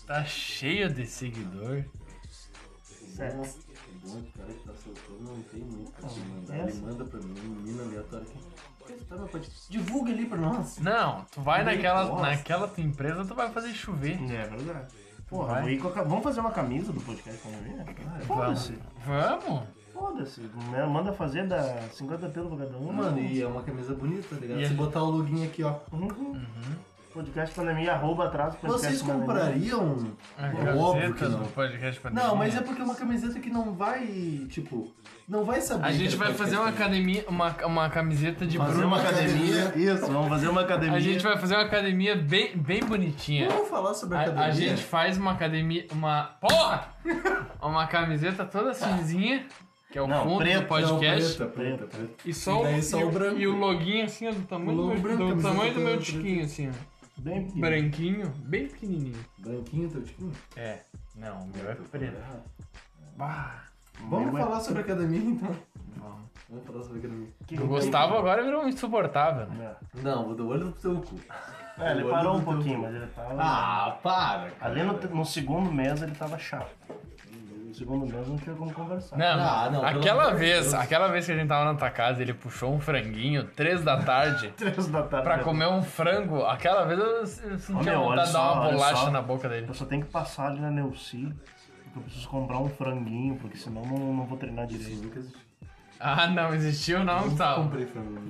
C: tá cheio de seguidor.
A: Certo.
B: Nossa, que bom, o cara que tá soltando não tem muito pra te mandar.
A: essa?
B: Ele manda pra mim, um menino aleatório aqui. Esse tá no podcast. Divulga ali pra nós.
C: Não, tu vai
B: Meu
C: naquela,
B: Deus.
C: naquela tua empresa, tu vai fazer chover.
A: É verdade. Porra,
C: Vai.
A: vou ir com a ca- vamos fazer uma camisa do podcast quando vier? Foda-se.
C: Vamos?
A: Foda-se. Né, Manda fazer da 50 pelo pra cada um.
B: Mano, e é uma camisa bonita, tá ligado?
C: E
B: Se
C: ele-
B: botar o login aqui, ó.
A: Uhum. Podcast pandemia, arroba atrás. podcast
B: Vocês
A: Pandemia.
B: comprariam?
C: A
B: Bom, Óbvio que
C: É, camiseta
B: não.
C: do podcast Pandemia.
B: Não, mas é porque é uma camiseta que não vai, tipo, não vai saber.
C: A
B: que
C: gente
B: é
C: vai
B: podcast
C: fazer uma
B: também.
C: academia, uma, uma camiseta de
A: Fazer
C: Bruno.
A: uma academia. Isso, vamos fazer uma academia.
C: A gente vai fazer uma academia bem, bem bonitinha.
B: Vamos falar sobre a,
C: A,
B: academia.
C: a gente faz uma academia. Uma. Porra! Uma camiseta toda cinzinha, que é o
A: Não,
C: fundo
A: preto,
C: do podcast.
B: Não, preta, preta, preta.
C: E
B: E
C: só,
B: daí
C: o,
B: só
C: e
B: o branco.
C: E o loguinho assim, ó, do tamanho
B: O
C: do,
B: logo
C: meu-
B: branco,
C: do,
B: camiseta
C: tamanho do meu
B: branca.
C: tiquinho, assim, ó.
A: Bem pequeno.
C: Branquinho, bem pequenininho.
B: Branquinho, teu tiquinho.
C: É. Não, o meu é preto. Bah,
B: Vamos
A: Meu é-
B: falar sobre a academia, então.
C: vamos.
B: Vamos falar sobre a academia.
A: Que-
C: O Gustavo agora virou um insuportável, né?
A: É,
B: Não, vou dar olho no teu cu.
A: É, ele
B: Eu
A: parou um
B: olho no teu
A: pouquinho,
B: cu.
A: mas ele tava.
B: Ah, para. cara.
A: Ali no, no segundo mês ele tava chato. No segundo mês não tinha como conversar.
C: Não,
B: Ah, não, pelo
C: aquela
B: amor de
C: vez,
B: Deus.
C: aquela vez que a gente tava na tua casa, ele puxou um franguinho, três da tarde,
A: Três da tarde. né?
C: pra comer um frango. Aquela vez eu, eu senti
A: Ô,
C: a
A: meu, olha
C: vontade de dar
A: só,
C: uma
A: olha
C: bolacha
A: só.
C: na boca dele.
A: Eu só tenho que passar ali na Neuci, porque eu preciso comprar um franguinho, porque senão não, não vou treinar direito.
B: Nunca assisti.
C: Ah, não, existiu não,
B: Nunca
C: Gustavo.
B: comprei frango.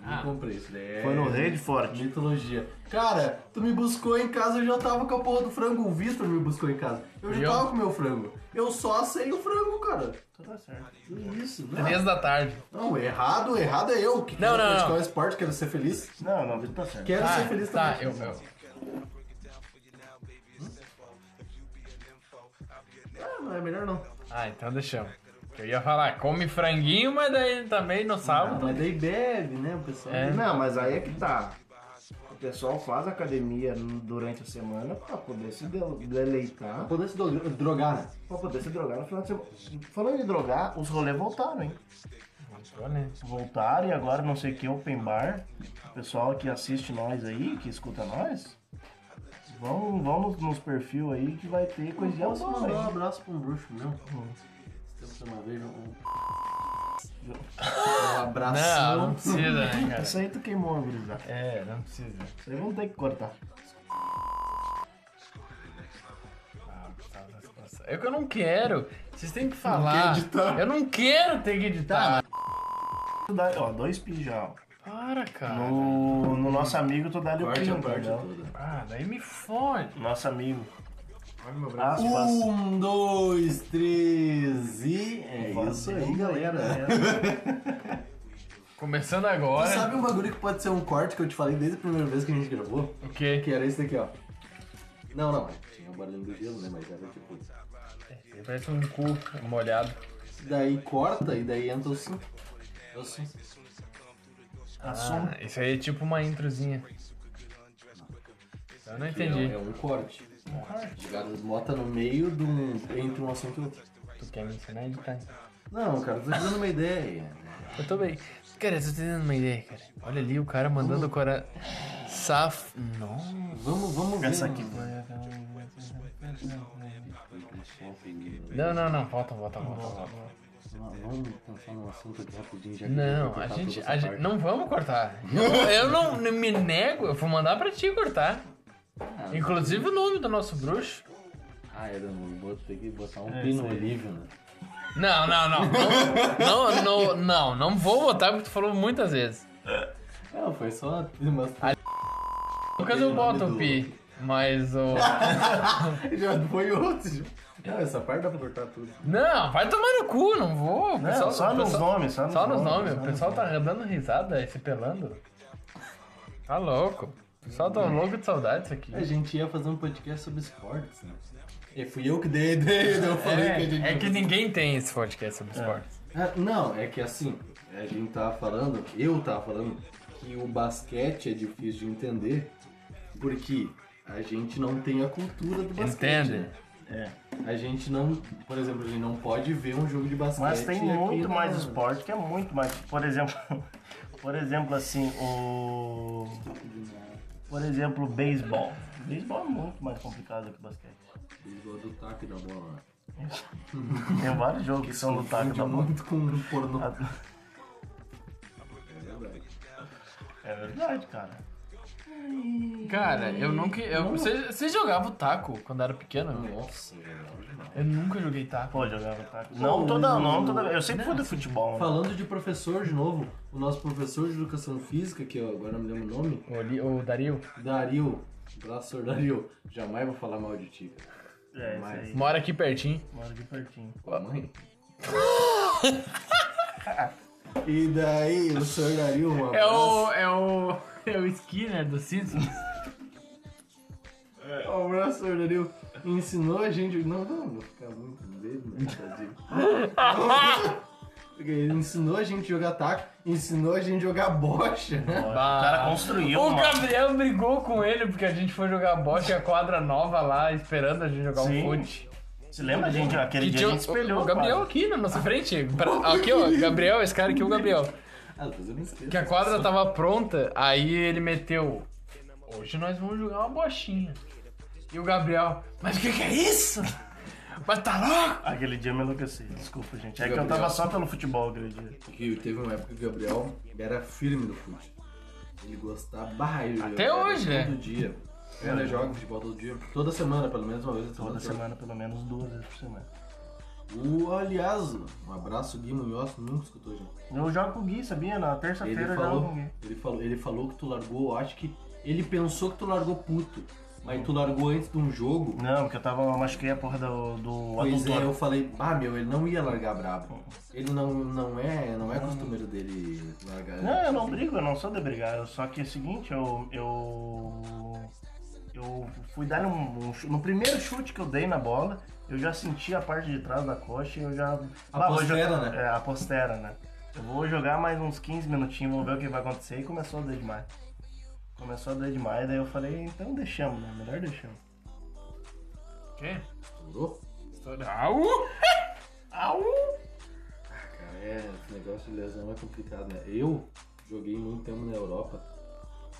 B: Não
C: Ah.
B: comprei isso daí. é-
A: Foi no Rede Forte.
B: Mitologia. Cara, tu me buscou em casa, eu já tava com a porra do frango. O Vitor me buscou em casa. Eu já
C: E eu?
B: tava com o meu frango. Eu só assei o frango, cara.
A: Tá certo.
B: Que isso, não.
C: Três da tarde.
B: Não, errado, errado é eu. Que quero
C: Não, não,
B: praticar
C: não.
B: o esporte, quero ser feliz.
A: Não, não, tudo tá certo.
B: Quero
C: Ah,
B: ser feliz
C: tá,
B: também.
C: eu, eu.
B: Ah, não é melhor não.
C: Ah, então deixamos. Eu ia falar, come franguinho, mas daí também no
B: Ah,
C: sábado.
B: mas daí bebe, né, o pessoal?
C: É.
A: Não, mas aí é que tá. O pessoal faz academia durante a semana pra poder se de-
B: Pra
A: deleitar,
B: poder se dro- drogar, né?
A: pra poder se drogar no final de semana. Falando em drogar, os rolês voltaram, hein?
C: Voltou, né?
A: Voltaram e agora não sei o que, open bar. O pessoal que assiste nós aí, que escuta nós, vão, vão nos, nos perfil aí que vai ter coisinha
B: Vamos
A: boa
B: mandar um
A: aí.
B: abraço pra um bruxo meu.
C: Uhum.
B: Esse tempo uma vez, um... Um
C: Não, não
B: abração.
C: precisa, né, cara?
A: Isso aí tu queimou a gurizada.
C: É, não precisa.
A: Isso aí vamos ter que cortar.
C: Ah, Gustavo, tá se passando. É que eu não quero. Vocês têm que falar.
B: editar. Tá,
C: eu não quero ter que editar.
A: Dá- Ó, dois pijal.
C: Para, cara.
A: No, no nosso amigo tu dá-lhe o
B: Corte a
A: pinto,
B: parte
A: entendeu?
B: toda.
C: Ah, daí me fode.
A: Nosso amigo.
C: Olha meu braço.
A: Aspas.
B: Um, dois, três e. É isso aí, galera.
C: Começando agora.
B: Sabe um bagulho que pode ser um corte que eu te falei desde a primeira vez que a gente gravou?
C: O quê?
B: Que era esse daqui, ó. Não, não, tinha o barulho do gelo, né? Mas era tipo.
C: Parece um cu molhado.
B: Daí corta e daí entra o som. Eu sim.
A: Assunto.
C: Ah, isso aí é tipo uma introzinha. Eu não entendi.
B: É um corte. Ligado, bota no meio de um. entre um assunto e outro.
C: Tu quer me ensinar a editar?
B: Não, cara, tô te dando uma ideia. né?
C: Eu tô bem. Cara, eu tô tendo uma ideia, cara. Olha ali o cara mandando o coração. Saf. Nossa.
B: Vamos, vamos ver.
A: Essa aqui.
B: mano.
C: Não, não, não, volta, volta, volta. volta.
D: Vamos pensar num assunto aqui rapidinho, já que eu
C: Não,
D: vou
C: a
D: cortar
C: gente,
D: toda
C: a
D: essa
C: gente.
D: parte.
C: Não vamos cortar. Eu não, eu não me nego, eu vou mandar pra ti cortar. Inclusive o nome do nosso bruxo.
D: Ah,
B: é,
D: era um boto, tem que botar um pino olívio, né?
C: Não, não, não. Não, não, não, não vou botar porque tu falou muitas vezes.
D: Não, foi só
B: Mas
C: Lucas eu boto o pi, mas o.
B: já foi outro. já. Não, essa parte dá pra cortar tudo.
C: Não, vai tomar no cu, não vou. O pessoal-
A: só
C: o
A: nos
C: pessoal-
A: nomes, só nos
C: É, Só nos
A: nomes,
C: nomes,
A: só
C: o
A: nos
C: pessoal tá dando risada e se pelando. Tá louco. O pessoal tá louco de saudade disso aqui.
B: A gente ia fazer um podcast sobre esportes, né? E fui eu que dei a ideia, eu falei que a gente...
C: É, é que ninguém tem esse podcast sobre esportes.
B: Ah, Não, é que assim, a gente tava falando, eu tava falando, que o basquete é difícil de entender porque a gente não tem a cultura do basquete.
C: Entende?
B: né?
A: É.
B: A gente não, por exemplo, a gente não pode ver um jogo de basquete.
A: Mas tem
B: aqui
A: muito
B: na-
A: mais esporte que é muito mais. Por exemplo, por exemplo assim, o. Por exemplo, o beisebol. O beisebol é muito mais complicado que o basquete.
B: Eles gostam do taco da bola. né?
A: Tem vários jogos que são né? do taco
B: Confunde
A: da bola.
B: muito com o pornô.
A: É verdade, cara.
C: Cara, eu nunca. Eu, você, você jogava o taco quando era pequeno?
B: Nossa, velho.
C: Eu nunca joguei taco.
A: Pô, jogava taco. Não toda, não toda. Eu sempre fui do futebol. né?
B: Falando de professor de novo, o nosso professor de educação física, que eu agora não me lembro o nome,
C: O, Li- o Dario
B: Dario, professor Dario, jamais vou falar mal de ti. cara.
A: É, isso aí.
C: mora aqui pertinho.
A: Mora aqui pertinho.
B: Tua mãe? e daí, o senhor Dario, um
C: É
B: abraço.
C: o. É o. É o Skinner do Simpsons.
B: Um abraço, senhor Dario. Ensinou a gente. Não, não, vou ficar muito dele, né, tadinho. Porque Ele ensinou a gente a jogar taco, ensinou a gente a jogar bocha, né?
A: O cara construiu
C: O
A: uma.
C: Gabriel brigou com ele porque a gente foi jogar bote e a quadra nova lá, esperando a gente jogar
A: Sim.
C: um fute.
A: Você lembra, gente? Aquele
C: E
A: dia a
C: tinha
A: gente espelhou.
C: o Gabriel
A: cara. Ah.
C: aqui na nossa frente. Pra- ah, aqui, ó, Gabriel, esse cara aqui é o Gabriel.
B: Ah, mas eu me esqueço.
C: Que a quadra tava pronta, aí ele meteu. Hoje nós vamos jogar uma bochinha. E o Gabriel, mas o que, que é isso? Mas tá louco?
A: Aquele dia eu me enlouqueci. Desculpa, gente. É que eu
B: Gabriel.
A: tava só pelo futebol aquele dia.
B: Que teve uma época que o Gabriel era firme no futebol. Ele gostava bah, ele
C: Até
B: jogava
C: hoje,
B: todo
C: né?
B: Todo dia. Eu ainda jogo futebol todo dia. Toda semana, pelo menos uma vez.
A: Toda
B: eu jogo.
A: semana, pelo menos duas vezes por semana.
B: O, aliás, um abraço, Gui Munhoz, nunca escutou, gente.
A: Eu jogo com o Gui, sabia? Na
B: Ele
A: terça-feira eu jogo com
B: falou,
A: o Gui.
B: ele falou, ele falou que tu largou, acho que ele pensou que tu largou puto, mas tu largou antes de um jogo.
A: Não, porque eu tava. Eu machuquei a porra do, do
B: Pois é, eu
A: adutor.
B: falei, ah meu, ele não ia largar brabo. Ele não, não é, não é costumeiro dele largar. um
A: Não, eu não brigo, eu não sou de brigar. Eu- Só que é o seguinte, eu. Eu, eu fui dar um, um chu- No primeiro chute que eu dei na bola, eu já senti a parte de trás da coxa e eu já. ah,
B: A
A: vou jo-
B: postera, né?
A: É, a postera, né? Eu vou jogar mais uns 15 minutinhos, vamos ver o que vai acontecer. E começou a doer demais. Começou a doer demais, daí eu falei, então deixamos, né? Melhor deixamos.
C: O quê?
B: Estourou?
C: Au! Au!
B: Cara, é, esse negócio de lesão é complicado, né? Eu joguei muito tempo na Europa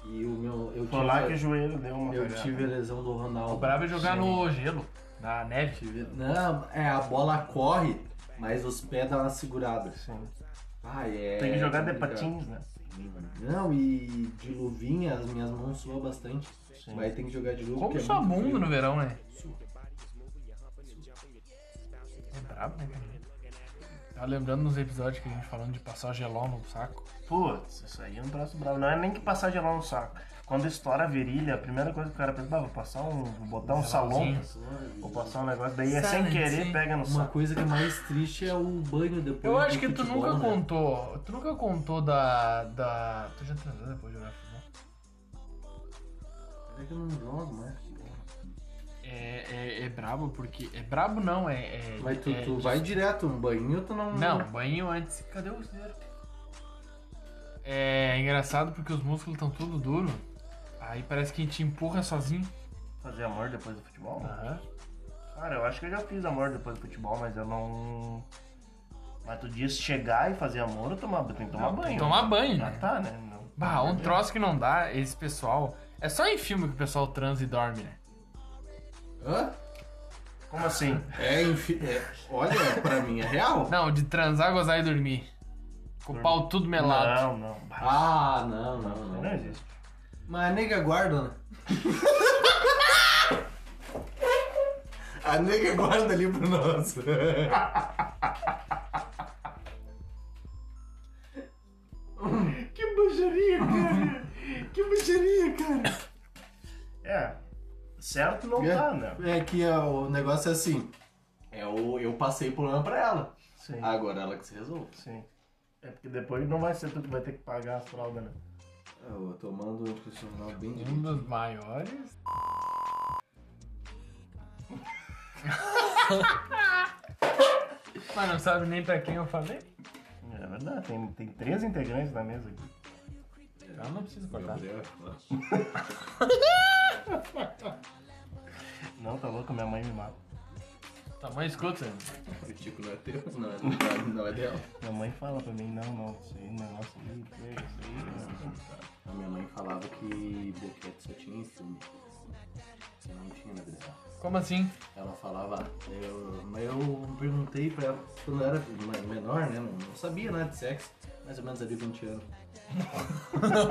B: e o meu. Eu
A: Foi lá que o
B: tive,
A: joelho deu uma
B: eu
A: cagada.
B: tive a lesão do Ronaldo.
C: O brabo é jogar no gelo, na neve.
B: Tive- Não, é, a bola corre, mas os pés dão uma segurada.
A: Sim.
B: Ah, é.
A: Tem que jogar
C: tá
A: de
B: complicado.
A: patins, né?
B: Não, e de luvinha as minhas mãos suam bastante. Mas tem que jogar de luva.
C: Como
B: porque é
C: sua
B: muito
C: bunda
B: frio.
C: no verão, né? É brabo, né? cara? Tava lembrando nos episódios que a gente falando de passar geló no saco.
A: Putz, isso aí é um troço bravo. Não é nem que passar gelado no saco. Quando estoura a virilha, a primeira coisa que o cara pensa, "Bah, vou passar um. Vou botar um salão.
C: né?
A: Vou passar um negócio. Daí é sem
C: Silent,
A: querer,
C: sim.
A: pega no
B: Uma
A: saco.
B: coisa que é mais triste é o banho depois.
C: Eu
B: do
C: acho que tu
B: futebol,
C: nunca
B: né?
C: contou. Tu nunca contou da. da. Tu já transou depois de jogar futebol?
B: É que eu não jogo mais. futebol.
C: É, é, é brabo porque. É brabo não, é. é-
B: Mas tu,
C: é
B: tu
C: de-
B: vai direto, um banho tu não.
C: Não, banho antes. Cadê o zero? É engraçado porque os músculos estão tudo duro. Aí parece que a gente empurra sozinho.
A: Fazer amor depois do futebol?
C: Aham.
A: Cara, eu acho que eu já fiz amor depois do futebol, mas eu não. Mas tu diz chegar e fazer amor ou tomar Tem que tomar
C: Não, tem
A: banho.
C: que tomar banho,
A: Ah,
C: né?
A: tá, né? Não.
C: Bah, um troço que não dá, esse pessoal. É só em filme que o pessoal transa e dorme, né?
B: Hã?
A: Como assim?
B: É, enfim. olha, pra mim é real.
C: Não, de transar, gozar e dormir. Com o pau tudo melado.
A: Não, não. bah,
B: Ah, não, não,
A: Não
C: É.
B: não.
A: existe.
B: Mas a nega guarda, né? A nega guarda ali pra nós.
A: Que baixaria, cara. que baixaria, cara. É. Certo não tá, né?
B: É que ó, o negócio é assim. É o, eu passei o problema pra ela.
A: Sim,
B: Agora ela que se resolve.
A: sim. É porque depois não vai ser tu que vai ter que pagar a fralda, né?
B: Eu tomando um anticoncepcional bem de
C: Um dos maiores. Mas não sabe nem pra quem eu falei?
A: É verdade, tem, tem três integrantes na mesa aqui.
C: Então não precisa
B: Tá.
C: cortar.
A: Não, tá louco, minha mãe me mata.
C: Tamanho Tá, escuta.
B: O tico não é teu, não é, não é, não é dela.
A: Minha mãe fala pra mim, não, não, isso aí, negócio aí, isso aí, isso aí.
B: A minha mãe falava que boquete só tinha em filme. Não tinha né, na verdade.
C: Como assim?
B: Ela falava, eu, mas eu perguntei pra ela quando eu era me- menor, né? Não, não sabia nada de sexo, mais ou menos ali 20 anos. eu perguntei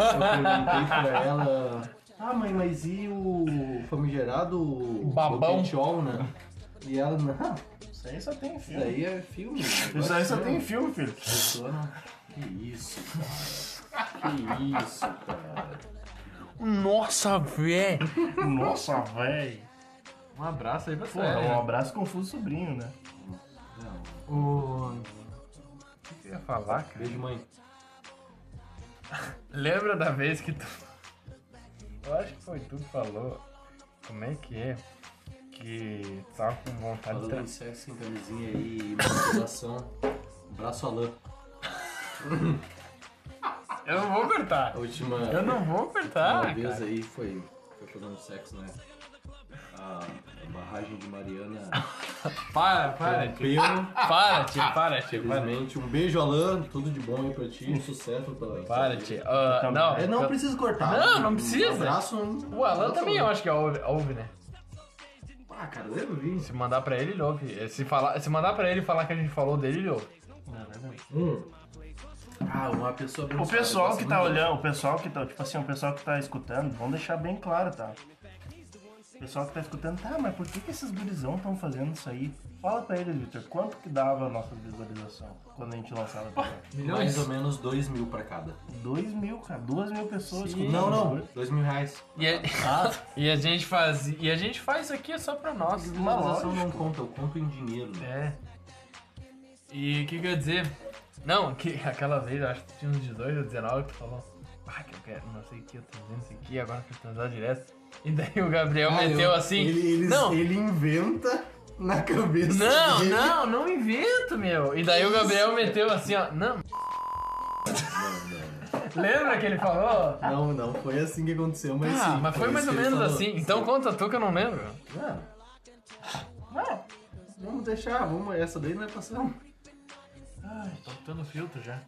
B: pra ela, ah mãe, mas e o famigerado
C: Babão.
B: boquetiol, né? E ela, não,
A: Isso aí só tem em
B: isso
A: filme.
B: daí é filme.
A: Isso aí só
B: negócio
A: tem
B: é-
A: em filme, filho.
B: Pessoa não. Que isso, cara. Que isso, cara.
C: Nossa, véi!
A: Nossa, véi.
C: Um abraço aí pra você.
A: Porra, um abraço confuso sobrinho, né?
C: O que que eu ia falar, cara?
B: Beijo, mãe.
C: Lembra da vez que tu. Eu acho que foi tu que falou. Como é que é? Que tu tava com vontade de
B: Falando em
C: transar.
B: sexo sem camisinha e masturbação. Braço a lã.
C: Eu não vou cortar.
B: A última
C: Eu não vou cortar.
B: uma vez
C: Ah, cara.
B: aí foi, foi fazendo sexo, né? A, a barragem de Mariana
C: Para, para, tio.
B: rompeu.
C: Para, tio. Para, tio. Para,
B: Felizmente, um beijo, Alan. Tudo de bom aí pra ti. Um sucesso pela
C: Hum. para tio. Ah, não,
B: É, não
C: eu-
B: precisa cortar.
C: Não, não
B: Um
C: precisa.
B: abraço. um-
C: O Alan também, é eu acho que ouve, ouve, né?
B: Ah, cara, eu vi.
C: Se mandar pra ele, ele ouve. É, Se, falar, se mandar pra ele falar que a gente falou dele, ele ouve.
B: Hum. Ah, uma pessoa
A: O
B: abençoada,
A: pessoal
B: gosta
A: que tá
B: muito.
A: olhando, o pessoal que tá, tipo assim, o pessoal que tá escutando, vamos deixar bem claro, tá? O pessoal que tá escutando, tá, mas por que, que esses gurizão estão fazendo isso aí? Fala pra eles, Victor, quanto que dava a nossa visualização quando a gente lançava?
B: Mais ou menos 2 mil pra cada.
A: 2 mil, cara, 2 mil pessoas escutando.
B: Não, não, 2 mil reais.
C: E é a,
B: Ah,
C: e a gente faz. E a gente faz isso aqui só pra nós.
B: visualização não conta, eu conto em dinheiro. né?
C: É. E o que, que eu ia dizer? Não, que aquela vez, eu acho que tinha uns 18 ou 19 que tu falou. Ah, que eu quero, não sei o que, eu tô fazendo isso aqui, agora que eu transar direto. E daí o Gabriel
B: Ah,
C: meteu
B: eu-
C: assim.
B: Ele, ele-
C: não,
B: ele inventa na cabeça
C: não,
B: dele.
C: não, não invento, meu. E daí o Gabriel meteu assim, ó. Não. Lembra que ele falou?
B: Não, não, foi assim que aconteceu, mas
C: Ah,
B: sim.
C: mas foi mais
B: isso
C: ou
B: que ele
C: menos
B: falou.
C: assim. Então conta tu que eu não lembro.
B: Não. Não. Vamos deixar, vamos, essa daí não é passão.
C: Tô botando filtro já.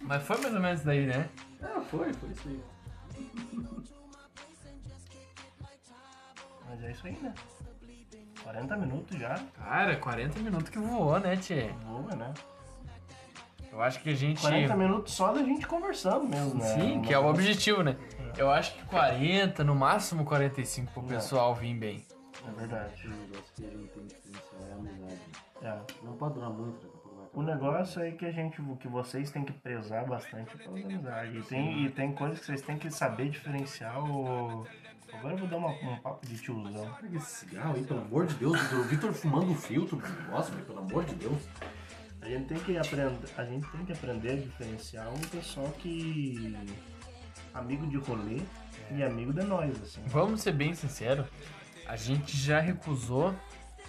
C: Mas foi mais ou menos isso daí, né?
B: Ah, foi, foi isso aí.
A: Mas é isso aí, né? 40 minutos já,
C: Cara, 40 minutos que voou, né, Tchê?
A: boa, né?
C: Eu acho que a gente.
A: 40 minutos só da gente conversando mesmo, né?
C: Sim, que é o objetivo, né? Eu acho que 40, no máximo 45 pro pessoal vir bem.
A: É verdade.
B: Um negócio que a gente tem que pensar é a amizade.
A: É.
B: Não pode durar muito, daqui a pouco vai acabar.
A: O negócio é que a gente, que vocês têm que prezar bastante pela amizade. E tem, e tem coisas que vocês têm que saber diferenciar o... Agora eu vou dar uma- um papo de tiozão.
B: Larga esse cigarro aí, pelo amor de Deus. O Vitor fumando um filtro do negócio, velho, pelo amor de Deus.
A: A gente tem que aprender, a gente tem que aprender a diferenciar um pessoal que amigo de rolê e amigo de nós, assim.
C: Vamos ser bem sinceros, a gente já recusou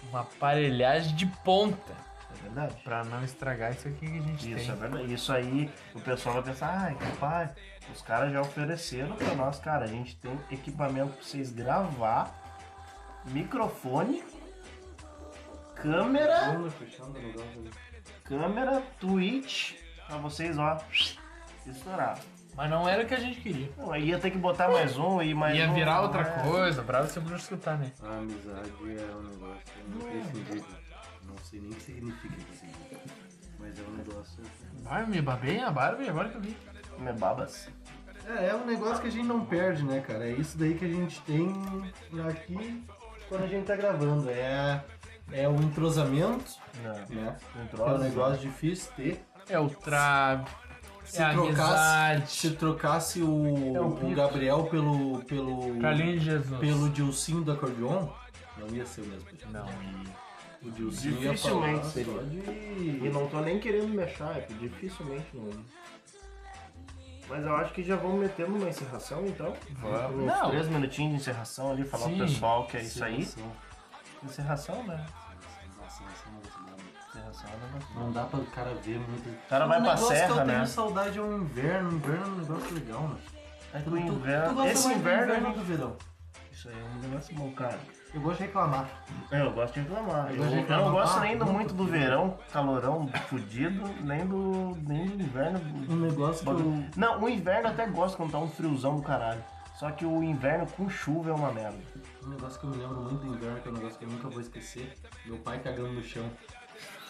C: uma aparelhagem de ponta
A: É verdade.
C: pra não estragar isso aqui que a gente
A: Isso é
C: tem.
A: verdade. Isso aí o pessoal vai pensar, ai, capaz, os caras já ofereceram pra nós, cara, a gente tem equipamento pra vocês gravar, microfone, câmera,
B: Mano, fechando o negócio ali.
A: câmera, Twitch, pra vocês, ó, estourar.
C: Mas não era o que a gente queria.
A: Não, aí ia ter que botar mais um e mais
C: Ia
A: um.
C: virar outra
A: É.
C: coisa, bravo se o Bruno escutar, né?
B: A amizade é um negócio imprescindível. Não sei nem o que significa imprescindível. Mas é um negócio.
C: Barbie, me babei a Barbie, agora que eu vi.
A: Não é babas.
B: É, é um negócio que a gente não perde, né, cara? É isso daí que a gente tem aqui quando a gente tá gravando. É, é o entrosamento,
A: Não.
B: né?
A: Não
B: Que é um
A: troca.
B: negócio difícil ter.
C: É o Trav,
B: Se
C: é a
B: trocasse,
C: amizade, um
B: se trocasse o,
A: É o
B: o
A: Pito.
B: Gabriel pelo. pelo.
C: Carlinhos Jesus.
B: pelo Dilcinho do acordeon, não ia ser o mesmo.
C: Não,
B: O Dilcinho ia falar.
A: Dificilmente
B: Seria.
A: seria. E não tô nem querendo mexer, é que dificilmente não. Mas eu acho que já vamos metendo uma encerração então.
C: Vamos.
A: Uns
C: Não.
A: três minutinhos de encerração ali, falar
C: Sim.
A: pro pessoal que é isso aí.
B: Sensação,
A: Encerração, né?
B: sensação, sensação.
A: Encerração é um negócio.
B: Não dá pra o cara ver muito.
A: O cara vai
B: um
A: pra
B: negócio que
A: serra,
B: eu
A: né?
B: tenho saudade é o inverno. O inverno é um negócio legal, né?
A: É que
B: Tu-
A: o
B: tu- tu
A: inverno.
B: gosta
A: Esse
B: mais do
A: inverno. é
B: inverno
A: a
B: ou do verão.
A: gente- Isso aí é um negócio bom, cara.
B: Eu gosto de reclamar.
A: É, eu gosto de reclamar.
B: Eu
A: Eu,
B: gosto de
A: eu
B: reclamar.
A: não gosto
B: Ah,
A: nem do,
B: muito
A: muito do verão, calorão fudido, nem do, nem do inverno.
B: Um negócio que eu.
A: Não, o inverno eu até gosto quando tá um friozão do caralho. Só que o inverno com chuva é uma merda.
B: Um negócio que eu me lembro muito do inverno, que é um negócio que eu nunca vou esquecer. Meu pai cagando no chão.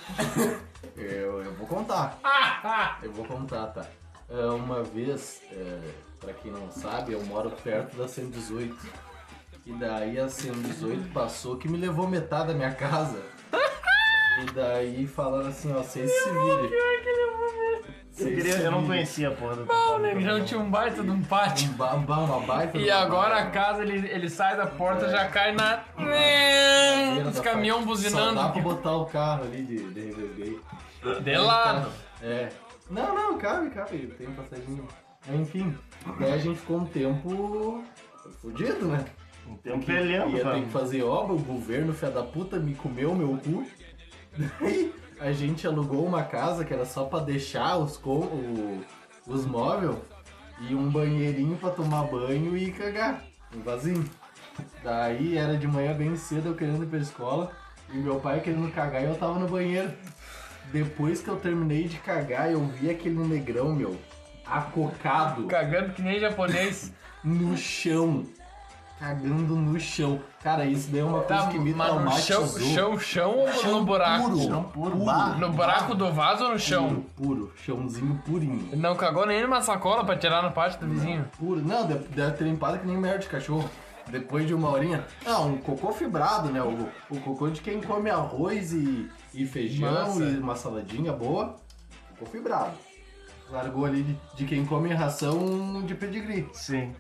B: eu, eu vou contar. Eu vou contar, tá? É, uma vez, é, pra quem não sabe, eu moro perto da 118. E daí a 118 passou que me levou metade da minha casa. E daí falaram assim, ó, vocês se virem.
A: Eu,
B: Vocês
A: queria,
B: se
A: eu não
B: virem.
A: conhecia a porra do
C: Não, nego, já não tinha um baita de um pátio.
B: Um ba- ba- uma baita de
C: E
B: uma
C: agora
B: baita.
C: a casa, ele, ele sai da porta, já cai na... Hum,
B: Beira
C: Os
B: da
C: caminhão
B: parte. Só dá pra então.
C: buzinando.
B: botar o carro ali de, de reverguei.
C: De lado.
B: É. Não, não, cabe, cabe. Tem passadinho. Enfim, daí a gente ficou um tempo fudido, né?
A: Tem um pelhão,
B: Ia ter
A: cara.
B: que fazer obra, o governo, filha da puta, me comeu meu cu. Daí a gente alugou uma casa que era só pra deixar os, com, o- os móveis e um banheirinho pra tomar banho e cagar. Um vasinho. Daí era de manhã bem cedo, eu querendo ir pra escola e meu pai querendo cagar e eu tava no banheiro. Depois que eu terminei de cagar, eu vi aquele negrão, meu, acocado
C: Cagando que nem japonês.
B: no chão. Cagando no chão. Cara, isso daí é uma coisa
C: Tá,
B: que me
C: mas no
B: traumatizou.
C: chão, chão, chão ou no buraco?
B: puro.
A: Chão puro,
B: puro.
A: bah.
C: No buraco do vaso ou no
B: Puro,
C: chão?
B: puro. Chãozinho purinho.
C: Não cagou nem numa sacola pra tirar no pátio do vizinho.
B: Puro. Não, deve, deve ter limpado que nem merda de cachorro. Depois de uma horinha. Ah, um cocô fibrado, né? O, o cocô de quem come arroz e, e feijão
C: Massa.
B: e uma saladinha boa. Cocô fibrado. Largou ali de, de quem come ração de pedigree.
A: Sim.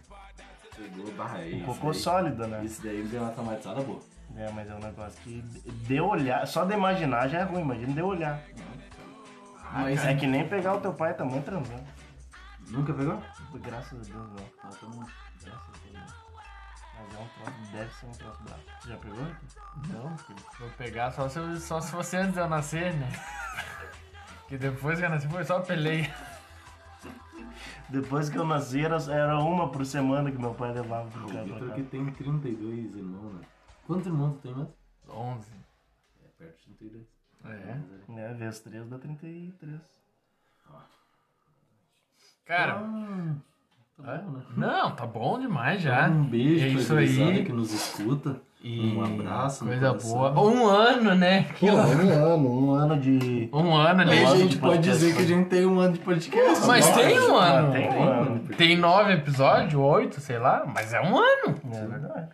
B: Pegou barra
A: Um cocô sólido, né?
B: Isso daí deu uma traumatizada boa.
A: É, mas é um negócio que de olhar, só de imaginar já é ruim, imagina de olhar.
B: Mas
A: É que nem pegar o teu pai tá muito transando.
B: nunca pegou?
A: Graças a Deus, não. Graças a Deus. Mas é um troço, deve ser um troço bravo. Você já pegou?
B: Não,
C: Vou pegar só se, eu- só se fosse antes de eu nascer, né? Que depois que eu nasci foi só peleia.
A: Depois que eu nasci, era, era uma por semana que meu pai levava pro
B: O
A: cara
B: Vitor
A: pra
B: que
A: cá.
B: tem 32 irmãos, né? Quantos irmãos tu tem mesmo?
C: 11.
B: É perto de 32.
C: É.
A: Né, vezes 3 dá 33.
C: Cara,
B: Ah, Tá bom, né?
C: não, tá bom demais já.
B: Um beijo
C: é
B: pra
C: isso
B: gurizada
C: aí.
B: que nos escuta.
C: E
B: Um abraço no
C: Coisa
B: coração.
C: boa. Um ano, né? Que louco.
A: um ano, um ano de.
C: Um ano ali.
B: Aí a
A: ano
B: gente
A: de
B: pode
A: podcast,
B: dizer que a
A: né?
B: gente tem um ano de podcast.
C: Mas
B: agora.
C: tem um ano.
A: tem um ano.
C: Tem nove episódios, oito, sei lá. Mas é um ano.
A: É verdade.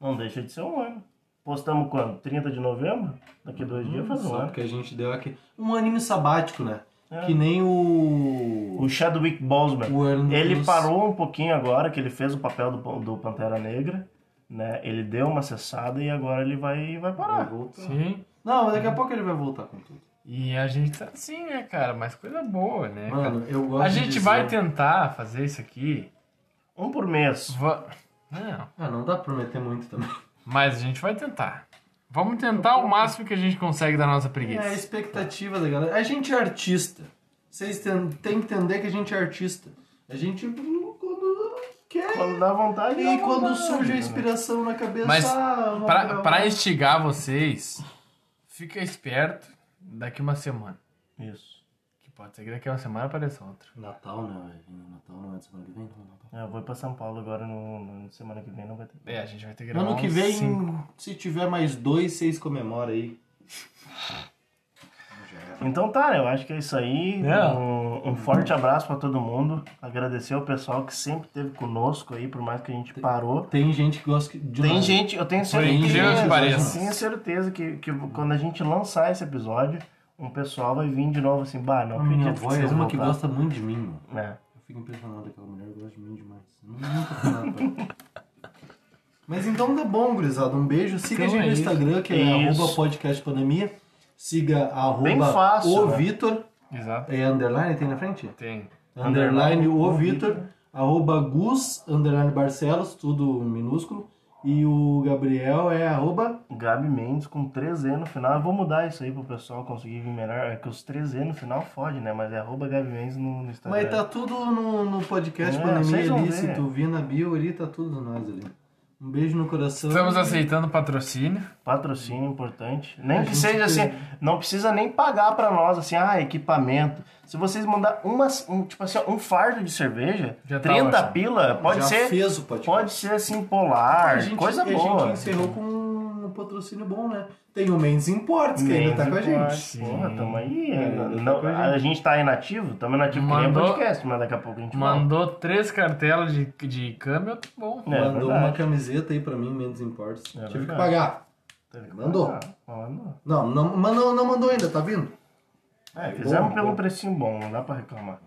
A: Não deixa de ser um ano. Postamos quando? 30 de novembro? Daqui dois dias faz um
B: Hum, Só
A: ano.
B: porque a gente deu aqui um aninho sabático, né?
A: É.
B: Que nem o.
A: O Chadwick Boseman.
B: O Arnold
A: Ele
B: Schwarzenegger.
A: parou um pouquinho agora, que ele fez o papel do, Pan- do Pantera Negra, né? Ele deu uma cessada e agora ele vai, vai
B: Vai
A: parar.
B: voltar.
C: Sim.
B: Não, mas daqui a pouco ele vai voltar com tudo.
C: E a gente tá assim, né, cara? Mas coisa boa, né? cara?
B: Mano, eu gosto
C: A
B: de
C: gente
B: dizer-
C: vai tentar fazer isso aqui.
A: Um por mês.
C: Va- Não,
B: Ah, não dá pra prometer muito também.
C: mas a gente vai tentar. Vamos tentar o máximo que a gente consegue da nossa
B: É a
C: preguiça.
B: expectativa da galera. A gente é artista. Vocês ten- têm que entender que a gente é artista. A gente quando quer.
A: Quando dá vontade.
B: e
A: dá
B: quando
A: vontade,
B: surge a
A: né?
B: inspiração na cabeça.
C: Mas
B: ah, vamos
C: Pra,
B: gravar.
C: pra instigar vocês, fica esperto daqui uma semana.
A: Isso.
C: Que Pode ser que daqui a uma semana apareça outro.
B: Natal, né? velho? Natal não é semana que vem? Não, Natal.
A: É, eu vou pra São Paulo agora no, no- semana que vem, não vai ter.
C: É, a gente vai ter que gravar
B: Ano que
C: uns
B: vem, né?
C: cinco.
B: se tiver mais dois, vocês comemora aí.
A: Então tá, né? Eu acho que é isso aí.
C: É.
A: Um, um forte abraço pra todo mundo. Agradecer ao pessoal que sempre esteve conosco aí, por mais que a gente parou.
B: Tem gente que gosta de
A: Tem
B: nós.
A: gente, eu tenho
C: Tem
A: certeza,
C: gente que
A: eu
C: parece.
A: tenho certeza que, que quando a gente lançar esse episódio, um pessoal vai vir de novo assim, bah, não
B: A minha
A: acredito que
B: avó é
A: vocês
B: uma que
A: voltaram."
B: gosta muito de mim, mano.
A: É.
B: Eu fico impressionado, aquela mulher gosta de mim demais. Eu não- nunca fui nada pra ela. Mas então tá bom, gurizada. Um beijo. Siga
C: Então
B: a gente
C: é
B: no
C: isso.
B: Instagram, que é
A: Isso.
B: arroba podcast pandemia. Siga
A: Bem
B: arroba
A: fácil,
B: o
A: né?
B: Vitor.
C: Exato.
B: É underline, tem na frente?
C: Tem.
B: Underline o
A: o
B: Vitor. Arroba Gus, underline Barcelos, tudo minúsculo. E o Gabriel é arroba...
A: Gabi Mendes com 3E no final. Eu vou mudar isso aí pro pessoal conseguir vir melhor. É que os 3E no final fode, né? Mas é arroba Gabi Mendes no, no Instagram.
B: Mas tá tudo no, no
A: É,
B: podcast
A: vocês
B: Pandemia
A: vão
B: ali,
A: ver.
B: se tu vir na bio ali, tá tudo nós ali. Um beijo no coração.
C: Estamos aceitando patrocínio.
A: Patrocínio importante. Nem
B: A
A: que
B: gente
A: seja assim, não precisa nem pagar pra nós, assim, ah, equipamento. Se vocês mandar uma, um, tipo assim, um fardo de cerveja,
C: Já tá
A: 30
C: ótimo.
A: pila, pode
B: Já
A: ser.
B: fez o podcast.
A: Pode ser assim, polar,
B: A gente-
A: coisa
B: a
A: boa.
B: gente encerrou com um patrocínio bom, né? Tem o Mendes Imports, que ainda tá com a gente.
A: Sim. Porra, tamo aí. ainda-
B: ainda tá
A: não-
B: com a gente.
A: a gente tá inativo, tamo inativo que nem
C: Mandou-
A: podcast, mas daqui a pouco a gente volta.
C: Mandou três cartelas de, de câmbio, tá bom.
A: É,
B: Mandou
A: verdade.
B: uma camiseta aí pra mim, Mendes Imports.
A: É
B: Tive que
A: verdade.
B: pagar.
A: Teve que
B: Mandou.
A: mandar, Tá Ah, Mandou.
B: Não, não, mas não, não mandou ainda, tá vindo?
A: É, fizemos
B: bom,
A: pelo
B: bom.
A: precinho bom, não dá pra reclamar.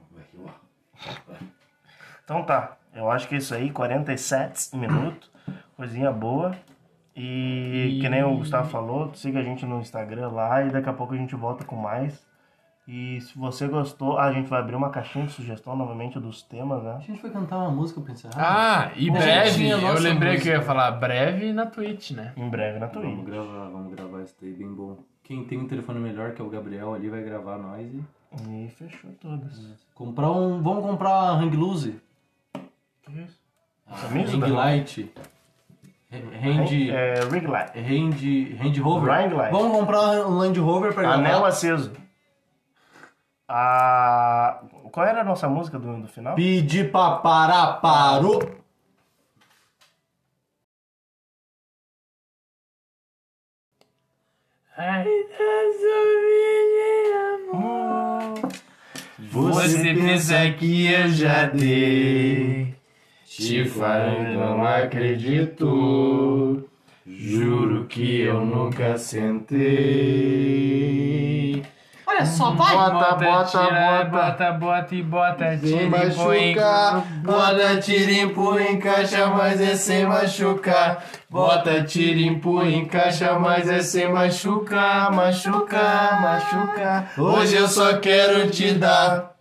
A: Então tá, eu acho que é isso aí, 47 minutos, coisinha boa. E, que nem o Gustavo falou, siga a gente no Instagram lá e daqui a pouco a gente volta com mais. E se você gostou, ah, a gente vai abrir uma caixinha de sugestão novamente dos temas, né?
B: A gente foi cantar uma música pra encerrar.
C: Ah, e
B: Bom,
C: breve.
B: tinha
C: Eu
B: nossa
C: lembrei que eu ia
B: música.
C: falar breve na Twitch, né?
A: Em breve na
B: vamos
A: Twitch.
B: gravar, vamos gravar isso daí bem bom. Quem tem um telefone melhor, que é o Gabriel ali, vai gravar nós e.
A: E fechou todas.
B: Comprar um. Vamos comprar a Hang Lose.
A: Que isso? é
B: A
A: Camisa da-
B: Hang Light. Hand.
A: É, Rig Light.
B: Hand, Hand Rover.
A: Hang Light.
B: Vamos comprar um Land Rover pra
A: Anel
B: gravar.
A: aceso. A... Qual era a nossa música do, do final?
B: Pedir pra parar, parou.
C: Ai, Deus, Você pensa que eu já dei. Te falei, não acredito. Juro que eu nunca sentei.
B: Olha só,
C: Bota,
A: bota,
C: bota, bota,
A: bota.
C: bota, bota e bota, tira
D: Sem
C: e põe.
D: machucar,
C: Bota, tira, empurra, encaixa, mas é sem machucar. Bota, tira, empurra, encaixa, mas é sem machucar, machucar, machucar. Hoje eu só quero te dar